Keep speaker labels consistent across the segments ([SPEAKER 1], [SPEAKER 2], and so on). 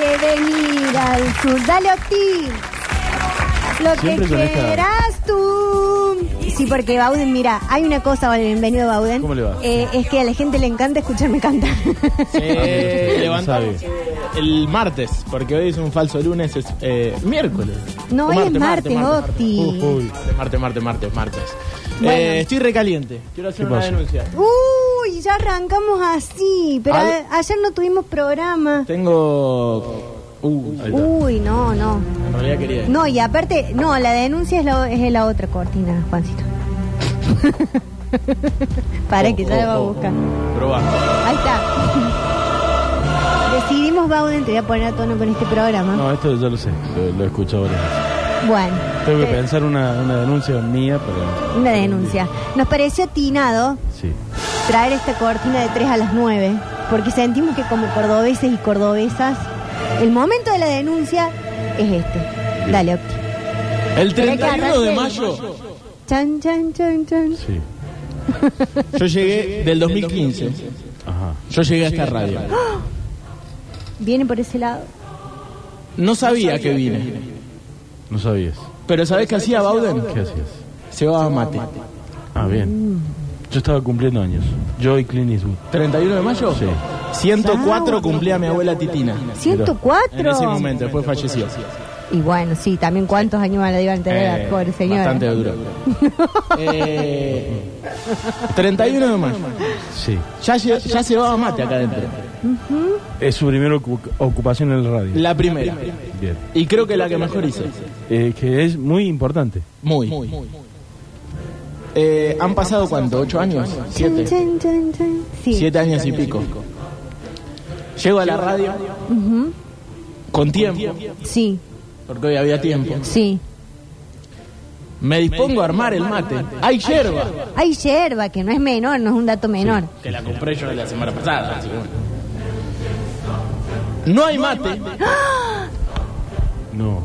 [SPEAKER 1] venir al sur. Dale, Oti. Lo
[SPEAKER 2] Siempre
[SPEAKER 1] que
[SPEAKER 2] con esta-
[SPEAKER 1] quieras tú. Sí, porque Bauden, mira, hay una cosa, vale, bienvenido Bauden.
[SPEAKER 2] ¿Cómo le va?
[SPEAKER 1] Eh, es que a la gente le encanta escucharme cantar.
[SPEAKER 2] Ah,
[SPEAKER 3] Eh,
[SPEAKER 2] no
[SPEAKER 3] levantamos
[SPEAKER 2] sabe.
[SPEAKER 3] el martes, porque hoy es un falso lunes, es eh, miércoles.
[SPEAKER 1] No,
[SPEAKER 3] O
[SPEAKER 1] hoy es martes, Octi.
[SPEAKER 3] Uy, Martes, martes, martes, martes.
[SPEAKER 1] Bueno.
[SPEAKER 3] Eh, estoy recaliente, quiero hacer
[SPEAKER 2] ¿Qué
[SPEAKER 3] una
[SPEAKER 2] pasa?
[SPEAKER 3] denuncia.
[SPEAKER 1] Uy, ya arrancamos así, pero
[SPEAKER 3] Al-
[SPEAKER 1] a- ayer no tuvimos programa.
[SPEAKER 3] Tengo... Uh, ahí está.
[SPEAKER 1] Uy, no, no.
[SPEAKER 3] en realidad quería...
[SPEAKER 1] No, y aparte, no, la denuncia es la, es la otra cortina, Juancito. Para que ya la va a buscar.
[SPEAKER 3] Probá.
[SPEAKER 1] Ahí está. Decidimos, Bauden, te voy a poner a tono con este programa.
[SPEAKER 2] No, esto ya lo sé, lo, lo he escuchado varias veces.
[SPEAKER 1] Bueno,
[SPEAKER 2] Tengo que
[SPEAKER 1] te-
[SPEAKER 2] pensar una, una denuncia mía para...
[SPEAKER 1] una denuncia. Nos pareció atinado
[SPEAKER 2] Sí.
[SPEAKER 1] traer esta cortina de 3 a las 9, porque sentimos que como cordobeses y cordobesas, el momento de la denuncia es este. Dale, Octi.
[SPEAKER 3] El
[SPEAKER 1] Tenés que
[SPEAKER 3] 31 de
[SPEAKER 1] agarrarse
[SPEAKER 3] mayo
[SPEAKER 1] Chan, chan, chan, chan.
[SPEAKER 2] Sí.
[SPEAKER 3] yo llegué del 2015.
[SPEAKER 2] Ajá.
[SPEAKER 3] Yo llegué a esta radio.
[SPEAKER 1] Viene por ese lado.
[SPEAKER 3] No sabía que vine,
[SPEAKER 2] No sabías.
[SPEAKER 3] pero ¿sabés qué hacía Bauden?
[SPEAKER 2] ¿Qué hacías?
[SPEAKER 3] Cebaba mate.
[SPEAKER 2] Ah,
[SPEAKER 3] Mm.
[SPEAKER 2] bien. Yo estaba cumpliendo años. Yo y Clint Eastwood.
[SPEAKER 3] 31 de mayo.
[SPEAKER 2] Sí.
[SPEAKER 3] 104 cumplía mi abuela Titina.
[SPEAKER 1] 104.
[SPEAKER 3] En ese momento, después falleció.
[SPEAKER 1] Y bueno, sí, también cuántos años más la iban a tener,
[SPEAKER 3] Eh,
[SPEAKER 1] pobre señora.
[SPEAKER 3] Bastante duro. Eh, 31 de mayo.
[SPEAKER 2] Sí.
[SPEAKER 3] Ya, lle- ya se va a mate acá adentro.
[SPEAKER 2] Es su primera ocu- ocupación en la radio.
[SPEAKER 3] La primera.
[SPEAKER 2] Bien.
[SPEAKER 3] Y creo que la que mejor hice.
[SPEAKER 2] Eh, que es muy importante.
[SPEAKER 3] Muy. Eh, ¿Han pasado cuánto? ¿Ocho años?
[SPEAKER 1] Chan,
[SPEAKER 3] ¿Siete?
[SPEAKER 1] chan, chan, chan. Sí.
[SPEAKER 3] Siete años y pico. Llego a la radio
[SPEAKER 1] Ujú.
[SPEAKER 3] con tiempo,
[SPEAKER 1] Sí,
[SPEAKER 3] porque hoy había tiempo.
[SPEAKER 1] sí.
[SPEAKER 3] Me dispongo a armar el mate. Hay yerba.
[SPEAKER 1] Hay yerba, que no es menor, no es un dato menor.
[SPEAKER 3] Que la compré yo la semana pasada. así que bueno. No hay mate.
[SPEAKER 2] No.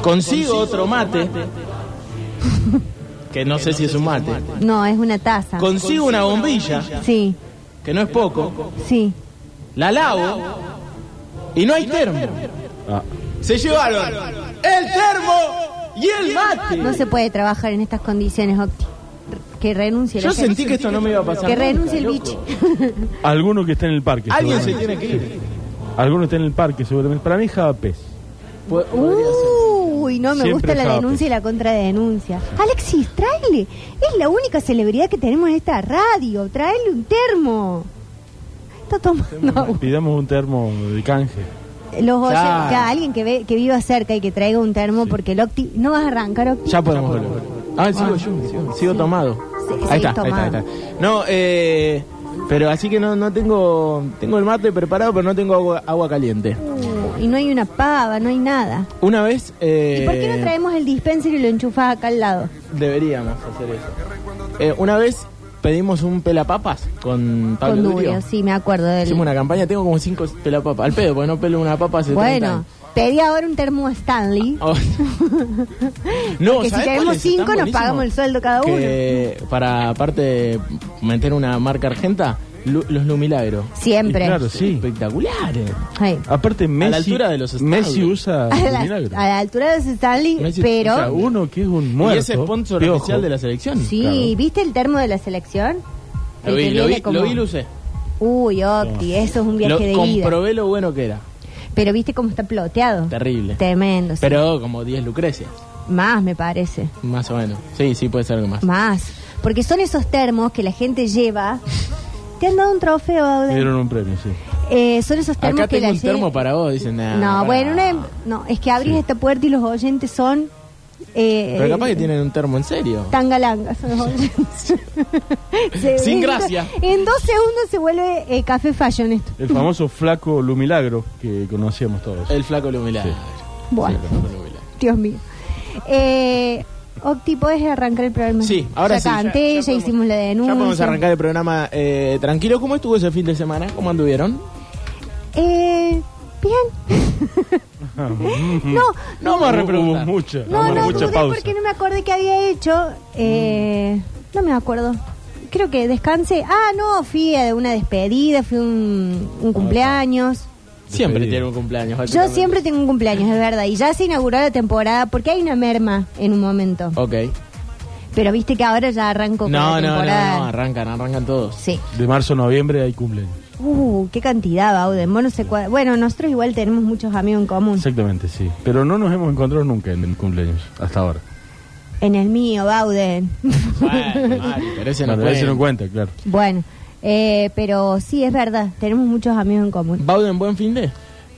[SPEAKER 3] Consigo otro mate. Que no sé si es un mate.
[SPEAKER 1] No, es una taza.
[SPEAKER 3] Consigo una bombilla,
[SPEAKER 1] Sí,
[SPEAKER 3] que no es poco.
[SPEAKER 1] sí.
[SPEAKER 3] La lavo. Y no hay termo.
[SPEAKER 2] Ah,
[SPEAKER 3] Se llevaron el termo y el
[SPEAKER 1] No
[SPEAKER 3] mate.
[SPEAKER 1] se puede trabajar en estas condiciones, Octi. Que renuncie la
[SPEAKER 3] Yo
[SPEAKER 1] gente.
[SPEAKER 3] sentí que esto no me iba a pasar.
[SPEAKER 1] Que
[SPEAKER 3] nunca,
[SPEAKER 1] renuncie el
[SPEAKER 3] loco.
[SPEAKER 1] bicho.
[SPEAKER 2] alguno que está en el parque.
[SPEAKER 3] Alguien se
[SPEAKER 2] seguramente.
[SPEAKER 3] tiene que ir.
[SPEAKER 2] Alguno está en el parque, seguramente. Para mí, Javapés.
[SPEAKER 1] Uh.
[SPEAKER 3] Po- podría ser.
[SPEAKER 1] Uy, no, me
[SPEAKER 2] Siempre
[SPEAKER 1] gusta la
[SPEAKER 2] sabe.
[SPEAKER 1] denuncia y la contradenuncia. Alexis, tráele. Es la única celebridad que tenemos en esta radio. Tráele un termo. Está tomando agua.
[SPEAKER 2] Pidamos un termo de canje.
[SPEAKER 1] Los oyentes,
[SPEAKER 3] Claro.
[SPEAKER 1] ya, alguien que, ve, que viva cerca y que traiga un termo, porque el Octi... No vas a arrancar, Octi.
[SPEAKER 3] Ya podemos volver. Ah, sigo yo, sigo, sigo tomado.
[SPEAKER 1] Sí,
[SPEAKER 3] ahí,
[SPEAKER 1] sí,
[SPEAKER 3] está, ahí está, ahí
[SPEAKER 1] tomado.
[SPEAKER 3] está. No, eh, pero así que no, no tengo, tengo el mate preparado, pero no tengo agua, agua caliente.
[SPEAKER 1] Uh, y no hay una pava, no hay nada.
[SPEAKER 3] Una vez... Eh,
[SPEAKER 1] ¿Y por qué no traemos el dispenser y lo enchufás acá al lado?
[SPEAKER 3] Deberíamos hacer eso. Eh, una vez pedimos un pelapapas con Pablo
[SPEAKER 1] Con
[SPEAKER 3] Durio.
[SPEAKER 1] Durio, sí, me acuerdo del...
[SPEAKER 3] Hicimos una campaña, tengo como cinco pelapapas. Al pedo, porque no pelo una papa hace 30
[SPEAKER 1] Bueno,
[SPEAKER 3] años.
[SPEAKER 1] pedí ahora un termo Stanley.
[SPEAKER 3] Oh. no,
[SPEAKER 1] Porque si
[SPEAKER 3] ¿sabés
[SPEAKER 1] tenemos
[SPEAKER 3] cuáles están
[SPEAKER 1] cinco, nos
[SPEAKER 3] buenísimos?
[SPEAKER 1] pagamos el sueldo cada uno.
[SPEAKER 3] Que para, aparte de meter una marca argenta, lu- los eh. Lumilagros.
[SPEAKER 1] Siempre.
[SPEAKER 2] Claro, sí.
[SPEAKER 3] Espectaculares.
[SPEAKER 1] Ay.
[SPEAKER 2] Aparte, Messi.
[SPEAKER 3] altura de los Estados.
[SPEAKER 2] Messi
[SPEAKER 3] Ah,
[SPEAKER 2] usa.
[SPEAKER 1] A la,
[SPEAKER 2] milagro.
[SPEAKER 1] a la altura de ese Stanley,
[SPEAKER 3] Messi-
[SPEAKER 1] pero...
[SPEAKER 3] o sea,
[SPEAKER 2] Uno que es un muerto.
[SPEAKER 3] y es sponsor
[SPEAKER 2] piojo.
[SPEAKER 3] oficial de la selección.
[SPEAKER 1] sí,
[SPEAKER 2] claro.
[SPEAKER 1] ¿viste el termo de la selección?
[SPEAKER 3] Lo
[SPEAKER 1] El
[SPEAKER 3] vi,
[SPEAKER 1] que
[SPEAKER 3] lo
[SPEAKER 1] viene
[SPEAKER 3] vi,
[SPEAKER 1] como-
[SPEAKER 3] lo vi, lo usé.
[SPEAKER 1] Uy, Octi, eso es un viaje
[SPEAKER 3] Lo-
[SPEAKER 1] de ida.
[SPEAKER 3] comprobé lo bueno que era.
[SPEAKER 1] Pero viste cómo está ploteado.
[SPEAKER 3] Terrible.
[SPEAKER 1] Tremendo. sí.
[SPEAKER 3] Pero como 10 Lucrecias,
[SPEAKER 1] Más, me parece.
[SPEAKER 3] más o menos. Sí, sí, puede ser algo más.
[SPEAKER 1] Más. Porque son esos termos que la gente lleva. Te han dado un trofeo,
[SPEAKER 2] Me
[SPEAKER 1] Auden.
[SPEAKER 2] dieron un premio, sí.
[SPEAKER 1] Eh, son esos termos
[SPEAKER 3] Acá
[SPEAKER 1] que
[SPEAKER 3] tengo
[SPEAKER 1] la
[SPEAKER 3] un
[SPEAKER 1] gente-
[SPEAKER 3] termo para vos, dicen. nah,
[SPEAKER 1] No,
[SPEAKER 3] pará.
[SPEAKER 1] bueno, una- em- no, es que abrís esta puerta y los oyentes son. Eh,
[SPEAKER 3] Pero capaz que tienen un termo en serio.
[SPEAKER 1] Tangalangas. son los oyentes. Se-
[SPEAKER 3] Sin
[SPEAKER 1] en-
[SPEAKER 3] gracia.
[SPEAKER 1] En dos segundos se vuelve eh, café fashion esto.
[SPEAKER 2] El famoso flaco Lumilagro que conocíamos todos.
[SPEAKER 3] El flaco Lumilagro.
[SPEAKER 2] Sí.
[SPEAKER 1] Bueno,
[SPEAKER 3] El flaco Lumilagro.
[SPEAKER 1] Dios mío. Eh, Octi, ¿podés arrancar el programa?
[SPEAKER 3] Sí, ahora
[SPEAKER 1] ya
[SPEAKER 3] sí, ya-
[SPEAKER 1] Canté, ya,
[SPEAKER 3] ya podemos-
[SPEAKER 1] hicimos la
[SPEAKER 3] Ya
[SPEAKER 1] denuncia.
[SPEAKER 3] podemos arrancar el programa eh, tranquilo. ¿Cómo estuvo ese fin de semana? ¿Cómo anduvieron?
[SPEAKER 1] Eh, bien. no,
[SPEAKER 3] No vamos a
[SPEAKER 2] Hubo-
[SPEAKER 3] repreguntar.
[SPEAKER 2] hubo mucha,
[SPEAKER 1] no,
[SPEAKER 2] hubo
[SPEAKER 1] no
[SPEAKER 2] mucha
[SPEAKER 1] dudé
[SPEAKER 2] pausa.
[SPEAKER 1] porque no me acordé que había hecho. eh, no me acuerdo. Creo que descansé. Ah, no, fui a una despedida, fui a un, un cumpleaños.
[SPEAKER 3] Siempre
[SPEAKER 4] Despedida.
[SPEAKER 3] tiene un
[SPEAKER 1] Yo
[SPEAKER 3] cumpleaños. básicamente.
[SPEAKER 1] siempre tengo un cumpleaños, es verdad. Y ya se inauguró la temporada porque hay una merma en un momento.
[SPEAKER 3] Ok.
[SPEAKER 1] Pero viste que ahora ya arranco con
[SPEAKER 3] Oh. No,
[SPEAKER 1] la
[SPEAKER 3] no, no,
[SPEAKER 1] temporada.
[SPEAKER 3] no, arrancan, arrancan todos.
[SPEAKER 1] Sí.
[SPEAKER 2] De marzo a noviembre hay cumpleaños.
[SPEAKER 1] Uh, qué cantidad, Bauden. Vos no sé cuál- Bueno, nosotros igual tenemos muchos amigos en común.
[SPEAKER 2] Exactamente, sí. Pero no nos hemos encontrado nunca en el cumpleaños, hasta ahora.
[SPEAKER 1] En el mío, Bauden.
[SPEAKER 3] Bueno, Mari, pero ese no
[SPEAKER 2] Bueno,
[SPEAKER 3] cuenta.
[SPEAKER 2] ese no cuenta, claro.
[SPEAKER 1] bueno, eh, pero sí, es verdad. Tenemos muchos amigos en común.
[SPEAKER 3] Bauden, buen fin de.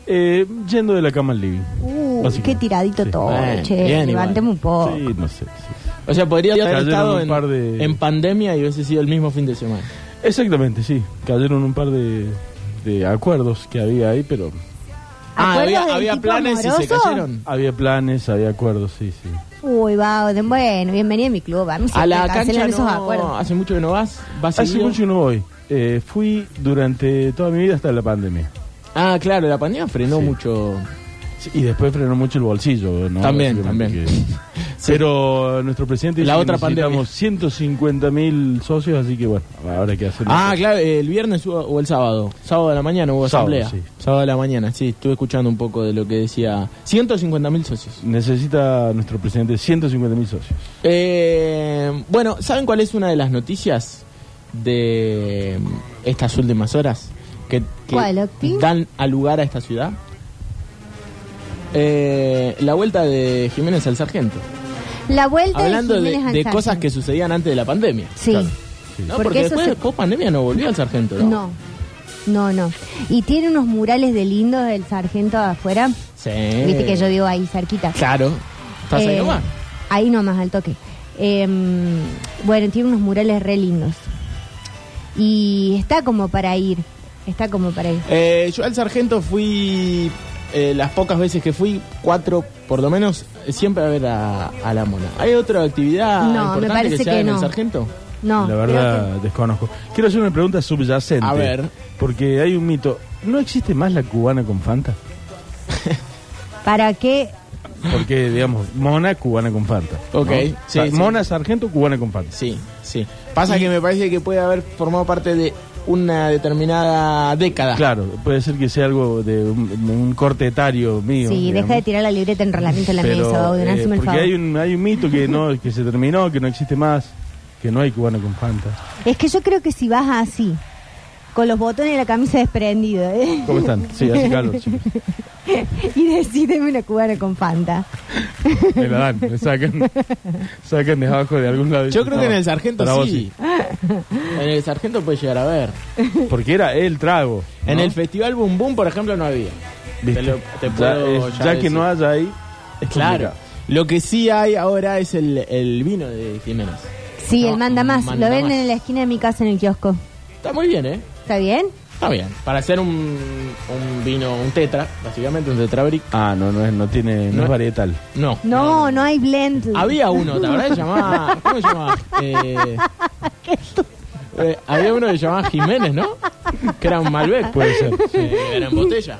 [SPEAKER 2] Eh, yendo de la cama al living.
[SPEAKER 1] Uh,
[SPEAKER 2] Así
[SPEAKER 1] qué
[SPEAKER 2] que-
[SPEAKER 1] tiradito
[SPEAKER 2] sí.
[SPEAKER 1] todo,
[SPEAKER 3] Bueno,
[SPEAKER 1] che.
[SPEAKER 3] bien, igual.
[SPEAKER 1] Levantemos un poco.
[SPEAKER 2] Sí, no sé. sí.
[SPEAKER 3] O sea, podría haber
[SPEAKER 2] Cayeron
[SPEAKER 3] estado
[SPEAKER 2] un
[SPEAKER 3] en,
[SPEAKER 2] par de-
[SPEAKER 3] en pandemia y hubiese sido el mismo fin de semana.
[SPEAKER 2] Exactamente, sí. Cayeron un par de, de acuerdos que había ahí, pero
[SPEAKER 1] ¿Acuerdos
[SPEAKER 3] Ah, había,
[SPEAKER 1] del
[SPEAKER 3] había
[SPEAKER 1] tipo
[SPEAKER 3] planes y se
[SPEAKER 1] amoroso?
[SPEAKER 3] cayeron.
[SPEAKER 2] había planes, había acuerdos, sí, sí.
[SPEAKER 1] Uy, Bauden, bueno, bienvenido a mi club. A, mí
[SPEAKER 3] A
[SPEAKER 1] siempre
[SPEAKER 3] la
[SPEAKER 1] me cancelan
[SPEAKER 3] cancha
[SPEAKER 1] esos
[SPEAKER 3] no,
[SPEAKER 1] acuerdos.
[SPEAKER 3] hace mucho que no vas. ¿Vas
[SPEAKER 2] Hace
[SPEAKER 3] seguido?
[SPEAKER 2] mucho que Ah, no voy. Eh, fui durante toda mi vida hasta la pandemia.
[SPEAKER 3] Ah, claro, la pandemia frenó
[SPEAKER 2] Sí.
[SPEAKER 3] mucho.
[SPEAKER 2] Sí, y después frenó mucho el bolsillo, ¿no?
[SPEAKER 3] También,
[SPEAKER 2] Básicamente
[SPEAKER 3] también.
[SPEAKER 2] que-
[SPEAKER 3] Sí.
[SPEAKER 2] Pero nuestro presidente
[SPEAKER 3] La
[SPEAKER 2] dice
[SPEAKER 3] otra
[SPEAKER 2] que necesitamos 150 mil socios, así que bueno, habrá que hacer.
[SPEAKER 3] Ah, claro, eh, el viernes hubo- o el sábado. Sábado de la mañana hubo
[SPEAKER 2] Sábado,
[SPEAKER 3] asamblea.
[SPEAKER 2] sí.
[SPEAKER 3] Sábado de la mañana, sí, estuve escuchando un poco de lo que decía. 150 mil socios.
[SPEAKER 2] Necesita nuestro presidente 150 mil socios.
[SPEAKER 3] Eh, bueno, ¿saben cuál es una de las noticias de mm, estas últimas horas? Que, que
[SPEAKER 1] ¿Cuál, Octi?
[SPEAKER 3] dan a lugar a esta ciudad. Eh, la vuelta de Jiménez al Sargento.
[SPEAKER 1] La vuelta
[SPEAKER 3] Hablando
[SPEAKER 1] de
[SPEAKER 3] de,
[SPEAKER 1] Jiménez
[SPEAKER 3] de
[SPEAKER 1] Anzalde.
[SPEAKER 3] cosas que sucedían antes de la pandemia.
[SPEAKER 1] Sí.
[SPEAKER 2] Claro, sí.
[SPEAKER 3] No,
[SPEAKER 1] Porque
[SPEAKER 3] porque,
[SPEAKER 1] eso
[SPEAKER 3] después
[SPEAKER 1] se-
[SPEAKER 3] post pandemia no volvió al Sargento, ¿no?
[SPEAKER 1] No, no, no. Y tiene unos murales de lindos del sargento afuera.
[SPEAKER 3] Sí.
[SPEAKER 1] Viste que yo vivo ahí cerquita.
[SPEAKER 3] Claro. ¿Estás Eh. ahí
[SPEAKER 1] Eh,
[SPEAKER 3] nomás?
[SPEAKER 1] Ahí nomás, al toque. Em, bueno, tiene unos murales re lindos. Y está como para ir. Está como para ir.
[SPEAKER 3] Eh, yo al sargento fui eh, las pocas veces que fui, cuatro por lo menos, eh, siempre a ver a, a la mona. ¿Hay otra actividad
[SPEAKER 1] No, me
[SPEAKER 3] importante
[SPEAKER 1] parece
[SPEAKER 3] que se haga
[SPEAKER 1] que
[SPEAKER 3] en el
[SPEAKER 1] no.
[SPEAKER 3] sargento?
[SPEAKER 1] No,
[SPEAKER 2] la
[SPEAKER 1] creo
[SPEAKER 2] verdad desconozco. Quiero hacer una pregunta subyacente.
[SPEAKER 3] A ver.
[SPEAKER 2] Porque hay un mito. ¿No existe más la cubana con Fanta?
[SPEAKER 1] que- ¿Para qué?
[SPEAKER 2] Porque, digamos, mona, cubana con Fanta. ¿no?
[SPEAKER 3] Ok, sí,
[SPEAKER 2] O sea,
[SPEAKER 3] sí.
[SPEAKER 2] Mona, sargento, cubana con Fanta.
[SPEAKER 3] Sí, sí. Pasa que me parece que puede haber formado parte de una determinada década.
[SPEAKER 2] Claro, puede ser que sea algo de un, un corte etario mío.
[SPEAKER 1] sí,
[SPEAKER 2] digamos.
[SPEAKER 1] deja de tirar la libreta en rolamiento en la
[SPEAKER 2] Pero,
[SPEAKER 1] mesa, Bauden,
[SPEAKER 2] eh,
[SPEAKER 1] hazme el
[SPEAKER 2] Porque
[SPEAKER 1] favor.
[SPEAKER 2] hay un, hay un mito que no que se terminó, que no existe más, que no hay cubana con Fanta.
[SPEAKER 1] Es que yo creo que si vas así, con los botones de la camisa desprendidos, ¿eh?
[SPEAKER 2] ¿Cómo están? Sí, hace calor, chicos.
[SPEAKER 1] y decídeme una cubana con Fanta.
[SPEAKER 2] Me la dan, me sacan, sacan de abajo de algún lado. y
[SPEAKER 3] Yo
[SPEAKER 2] dicen,
[SPEAKER 3] creo que en
[SPEAKER 2] "No,
[SPEAKER 3] el sargento
[SPEAKER 2] para vos
[SPEAKER 3] sí. En el sargento puede llegar a ver.
[SPEAKER 2] sí". Porque era el trago. ¿no?
[SPEAKER 3] En el festival Bum Bum, por ejemplo, no había.
[SPEAKER 2] ¿Viste?
[SPEAKER 3] Te lo- te
[SPEAKER 2] Ya
[SPEAKER 3] puedo
[SPEAKER 2] es-
[SPEAKER 3] ya
[SPEAKER 2] ya, que
[SPEAKER 3] decir.
[SPEAKER 2] no haya ahí, es
[SPEAKER 3] Claro.
[SPEAKER 2] complicado.
[SPEAKER 3] Lo que sí hay ahora es el, el vino de Jiménez.
[SPEAKER 1] Sí,
[SPEAKER 3] No,
[SPEAKER 1] el manda más.
[SPEAKER 3] manda
[SPEAKER 1] Lo venden
[SPEAKER 3] más.
[SPEAKER 1] en la esquina de mi casa en el kiosco.
[SPEAKER 3] Está muy bien, ¿eh?
[SPEAKER 1] ¿Está bien?
[SPEAKER 3] Está bien. Para hacer un, un vino, un tetra, básicamente un tetrabric.
[SPEAKER 2] Ah, no, no, es- no tiene, no,
[SPEAKER 3] No-
[SPEAKER 2] es varietal.
[SPEAKER 3] No.
[SPEAKER 1] No, no hay blend.
[SPEAKER 3] Había uno, ¿te acordás? Se llamaba. ¿Cómo se llamaba? Eh, eh, había uno que se llamaba Jiménez, ¿no? Que era un Malbec,
[SPEAKER 2] Puede ser. sí.
[SPEAKER 3] Eh, era en botella.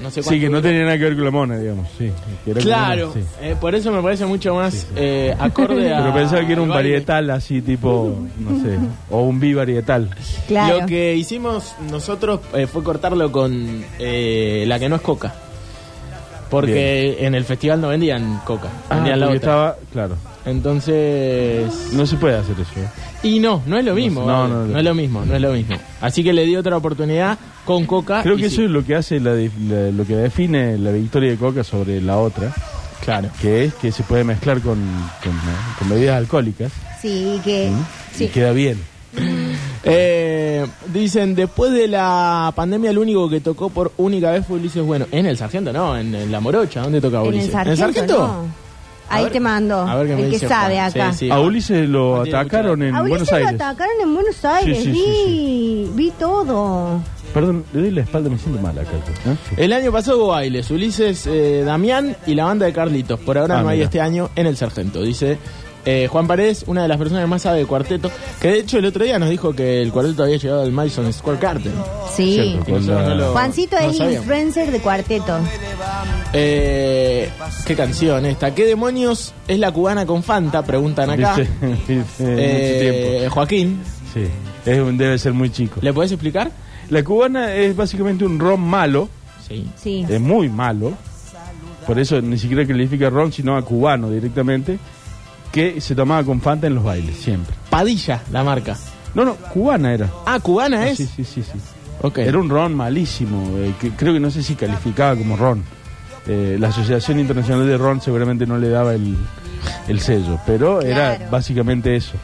[SPEAKER 3] No sé cuánto.
[SPEAKER 2] Sí, que no tenía nada que ver con la mona, digamos. Sí, que era como
[SPEAKER 3] Claro,
[SPEAKER 2] una- sí.
[SPEAKER 3] eh, por eso me parece mucho más eh, acorde a.
[SPEAKER 2] Pero pensaba que era un
[SPEAKER 3] al baile.
[SPEAKER 2] varietal así, tipo, no sé, o un bivarietal.
[SPEAKER 1] Claro.
[SPEAKER 3] Lo que hicimos nosotros eh, fue cortarlo con eh, la que no es coca. Porque en el festival no vendían coca,
[SPEAKER 2] Ah,
[SPEAKER 3] vendían la
[SPEAKER 2] porque
[SPEAKER 3] otra.
[SPEAKER 2] estaba, claro,
[SPEAKER 3] Entonces.
[SPEAKER 2] no se puede hacer eso. ¿eh?
[SPEAKER 3] Y no, no es lo mismo.
[SPEAKER 2] No,
[SPEAKER 3] vale,
[SPEAKER 2] no, no.
[SPEAKER 3] es lo mismo, no es lo mismo. Así que le di otra oportunidad con coca.
[SPEAKER 2] Creo
[SPEAKER 3] Ah, y
[SPEAKER 2] que
[SPEAKER 3] sí.
[SPEAKER 2] eso es lo que hace, la, dif- la- lo que define la victoria de Coca sobre la otra,
[SPEAKER 3] Claro.
[SPEAKER 2] que es que se puede mezclar con, con, eh, con bebidas alcohólicas
[SPEAKER 1] Sí, que.
[SPEAKER 2] y
[SPEAKER 1] Sí.
[SPEAKER 2] queda bien.
[SPEAKER 3] Eh, dicen, después de la pandemia, el único que tocó por única vez fue Ulises Bueno. En el Sargento, no, en, en la Morocha. ¿Dónde tocaba
[SPEAKER 1] En
[SPEAKER 3] Ulises?
[SPEAKER 1] el sargento. no. Ahí
[SPEAKER 3] ver-
[SPEAKER 1] te mando.
[SPEAKER 3] a ver qué me
[SPEAKER 1] el que
[SPEAKER 3] dice
[SPEAKER 1] sabe
[SPEAKER 3] Juan.
[SPEAKER 1] acá.
[SPEAKER 3] Sí, sí.
[SPEAKER 2] A Ulises lo
[SPEAKER 3] No tiene
[SPEAKER 2] atacaron en
[SPEAKER 1] A Ulises
[SPEAKER 2] Buenos
[SPEAKER 1] lo
[SPEAKER 2] Aires.
[SPEAKER 1] atacaron en Buenos Aires.
[SPEAKER 2] Sí, sí, sí,
[SPEAKER 1] vi, vi todo.
[SPEAKER 2] Perdón, le doy la espalda, me siento mal acá. ¿eh?
[SPEAKER 3] El año pasado hubo bailes, Ulises, eh, Damián y la banda de Carlitos. Por ahora
[SPEAKER 2] Ah,
[SPEAKER 3] no hay
[SPEAKER 2] mira.
[SPEAKER 3] este año en el Sargento, dice eh, Juan Paredes, una de las personas que más sabe de cuarteto, que de hecho el otro día nos dijo que el cuarteto había llegado al Madison Square Garden.
[SPEAKER 1] Sí.
[SPEAKER 2] Cierto. Con
[SPEAKER 3] Nosotros
[SPEAKER 2] la-
[SPEAKER 1] Juancito
[SPEAKER 3] no
[SPEAKER 1] es
[SPEAKER 3] sabíamos.
[SPEAKER 1] influencer de cuarteto.
[SPEAKER 3] Eh, ¿Qué canción esta? ¿Qué demonios es la cubana con Fanta? Preguntan acá.
[SPEAKER 2] Viste, viste,
[SPEAKER 3] Eh,
[SPEAKER 2] mucho tiempo.
[SPEAKER 3] Joaquín,
[SPEAKER 2] Sí, es un- debe ser muy chico.
[SPEAKER 3] ¿le podés explicar?
[SPEAKER 2] La cubana es básicamente un ron malo,
[SPEAKER 3] Sí.
[SPEAKER 1] Sí.
[SPEAKER 2] es muy malo. Por eso ni siquiera califica ron, sino a cubano directamente, que se tomaba con Fanta en los bailes, siempre.
[SPEAKER 3] Padilla, la marca.
[SPEAKER 2] No, no, cubana era.
[SPEAKER 3] Ah, cubana es.
[SPEAKER 2] Sí, sí, sí, sí.
[SPEAKER 3] Ok.
[SPEAKER 2] Era un ron malísimo, eh, que creo que no sé si calificaba como ron. Eh, la Asociación Internacional de Ron seguramente no le daba el, el sello, pero era
[SPEAKER 1] Claro.
[SPEAKER 2] básicamente eso,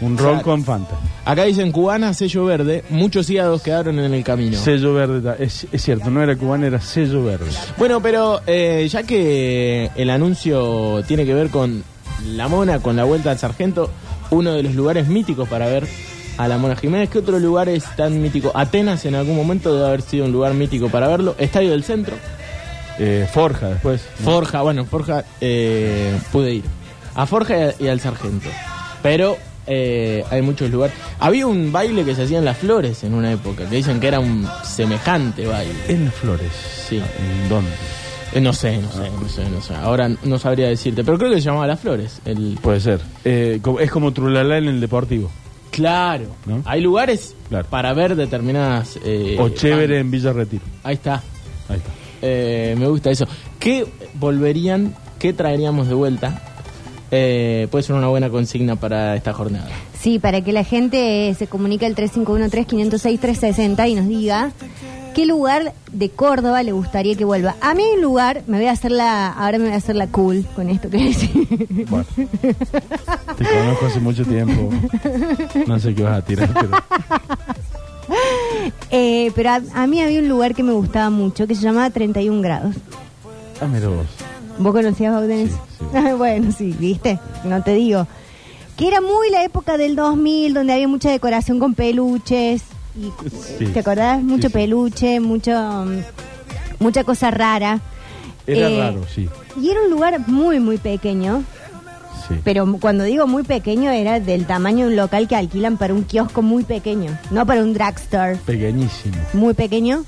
[SPEAKER 2] un ron
[SPEAKER 3] Claro.
[SPEAKER 2] con Fanta.
[SPEAKER 3] Acá dicen cubana, sello verde. Muchos hígados quedaron en el camino.
[SPEAKER 2] Sello verde, ta- es, es cierto, no era cubana, era sello verde.
[SPEAKER 3] Bueno, pero eh, ya que el anuncio tiene que ver con la mona, con la vuelta al sargento, uno de los lugares míticos para ver a la mona Jiménez, ¿qué otro lugar es tan mítico? Atenas en algún momento debe haber sido un lugar mítico para verlo. Estadio del Centro,
[SPEAKER 2] Eh, forja después. ¿no?
[SPEAKER 3] Forja, bueno, Forja eh, pude ir. A Forja y, a- y al sargento. Pero eh, hay muchos lugares. Había un baile que se hacía en las flores en una época, que dicen que era un semejante baile.
[SPEAKER 2] En las flores. Ah,
[SPEAKER 3] Sí.
[SPEAKER 2] ¿En dónde?
[SPEAKER 3] Eh, No sé, no sé, no sé, no sé. Ahora no sabría decirte, pero creo que se llamaba Las Flores. El...
[SPEAKER 2] Puede ser. Eh, co- es como Trulalá en el deportivo.
[SPEAKER 3] Claro,
[SPEAKER 2] ¿No?
[SPEAKER 3] hay lugares
[SPEAKER 2] Claro.
[SPEAKER 3] para ver determinadas. eh,
[SPEAKER 2] o Chévere
[SPEAKER 3] bandas.
[SPEAKER 2] en Villa Retiro.
[SPEAKER 3] Ahí está,
[SPEAKER 2] Ahí está.
[SPEAKER 3] Eh, me gusta eso. ¿Qué volverían, qué traeríamos de vuelta? Eh, puede ser una buena consigna para esta jornada.
[SPEAKER 1] Sí, para que la gente eh, se comunique al 3513-506-360 y nos diga qué lugar de Córdoba le gustaría que vuelva. A mí hay un lugar, me voy a hacer la, ahora me voy a hacer la cool con esto que decís.
[SPEAKER 2] Bueno. Te conozco hace mucho tiempo. No sé qué vas a tirar, pero.
[SPEAKER 1] Eh, pero a, a mí había un lugar que me gustaba mucho, que se llamaba 31 grados.
[SPEAKER 2] Ah, mira vos.
[SPEAKER 1] ¿Vos conocías Bauden?
[SPEAKER 2] Sí, sí.
[SPEAKER 1] bueno, sí, viste, no te digo. Que era muy la época del 2000, donde había mucha decoración con peluches. Y, eh,
[SPEAKER 2] Sí.
[SPEAKER 1] ¿Te acordás? Mucho
[SPEAKER 2] Sí, sí.
[SPEAKER 1] peluche, mucho, mm, mucha cosa rara.
[SPEAKER 2] Era
[SPEAKER 1] Eh,
[SPEAKER 2] raro, sí.
[SPEAKER 1] Y era un lugar muy, muy pequeño.
[SPEAKER 2] Sí.
[SPEAKER 1] Pero cuando digo muy pequeño, era del tamaño de un local que alquilan para un kiosco muy pequeño, no para un drugstore
[SPEAKER 2] Pequeñísimo.
[SPEAKER 1] muy pequeño.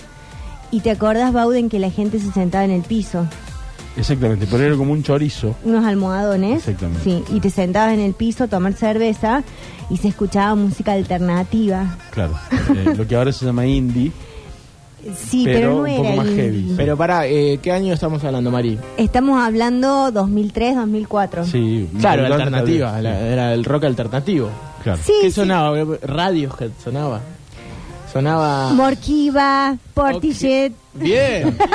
[SPEAKER 1] Y te acordás, Bauden, que la gente se sentaba en el piso.
[SPEAKER 2] Exactamente, pero era como un chorizo.
[SPEAKER 1] unos almohadones.
[SPEAKER 2] Exactamente.
[SPEAKER 1] Sí, y te sentabas en el piso a tomar cerveza y se escuchaba música alternativa.
[SPEAKER 2] Claro. Eh, lo que ahora se llama indie.
[SPEAKER 1] Sí,
[SPEAKER 2] Pero
[SPEAKER 1] pero, no
[SPEAKER 2] un
[SPEAKER 1] era
[SPEAKER 2] poco más
[SPEAKER 1] indie.
[SPEAKER 2] heavy.
[SPEAKER 3] Pero pará, eh, ¿qué año estamos hablando, Mari?
[SPEAKER 1] Estamos hablando 2003, 2004.
[SPEAKER 2] Sí.
[SPEAKER 3] Claro,
[SPEAKER 2] Mm. Rock
[SPEAKER 3] alternativa,
[SPEAKER 2] tal
[SPEAKER 3] la-
[SPEAKER 2] vez.
[SPEAKER 3] era el rock alternativo.
[SPEAKER 2] Claro.
[SPEAKER 1] Sí,
[SPEAKER 3] ¿Qué
[SPEAKER 1] sí.
[SPEAKER 3] sonaba? Radios que sonaba. Sonaba.
[SPEAKER 1] Morquiva, Portishead.
[SPEAKER 3] Ok. Bien.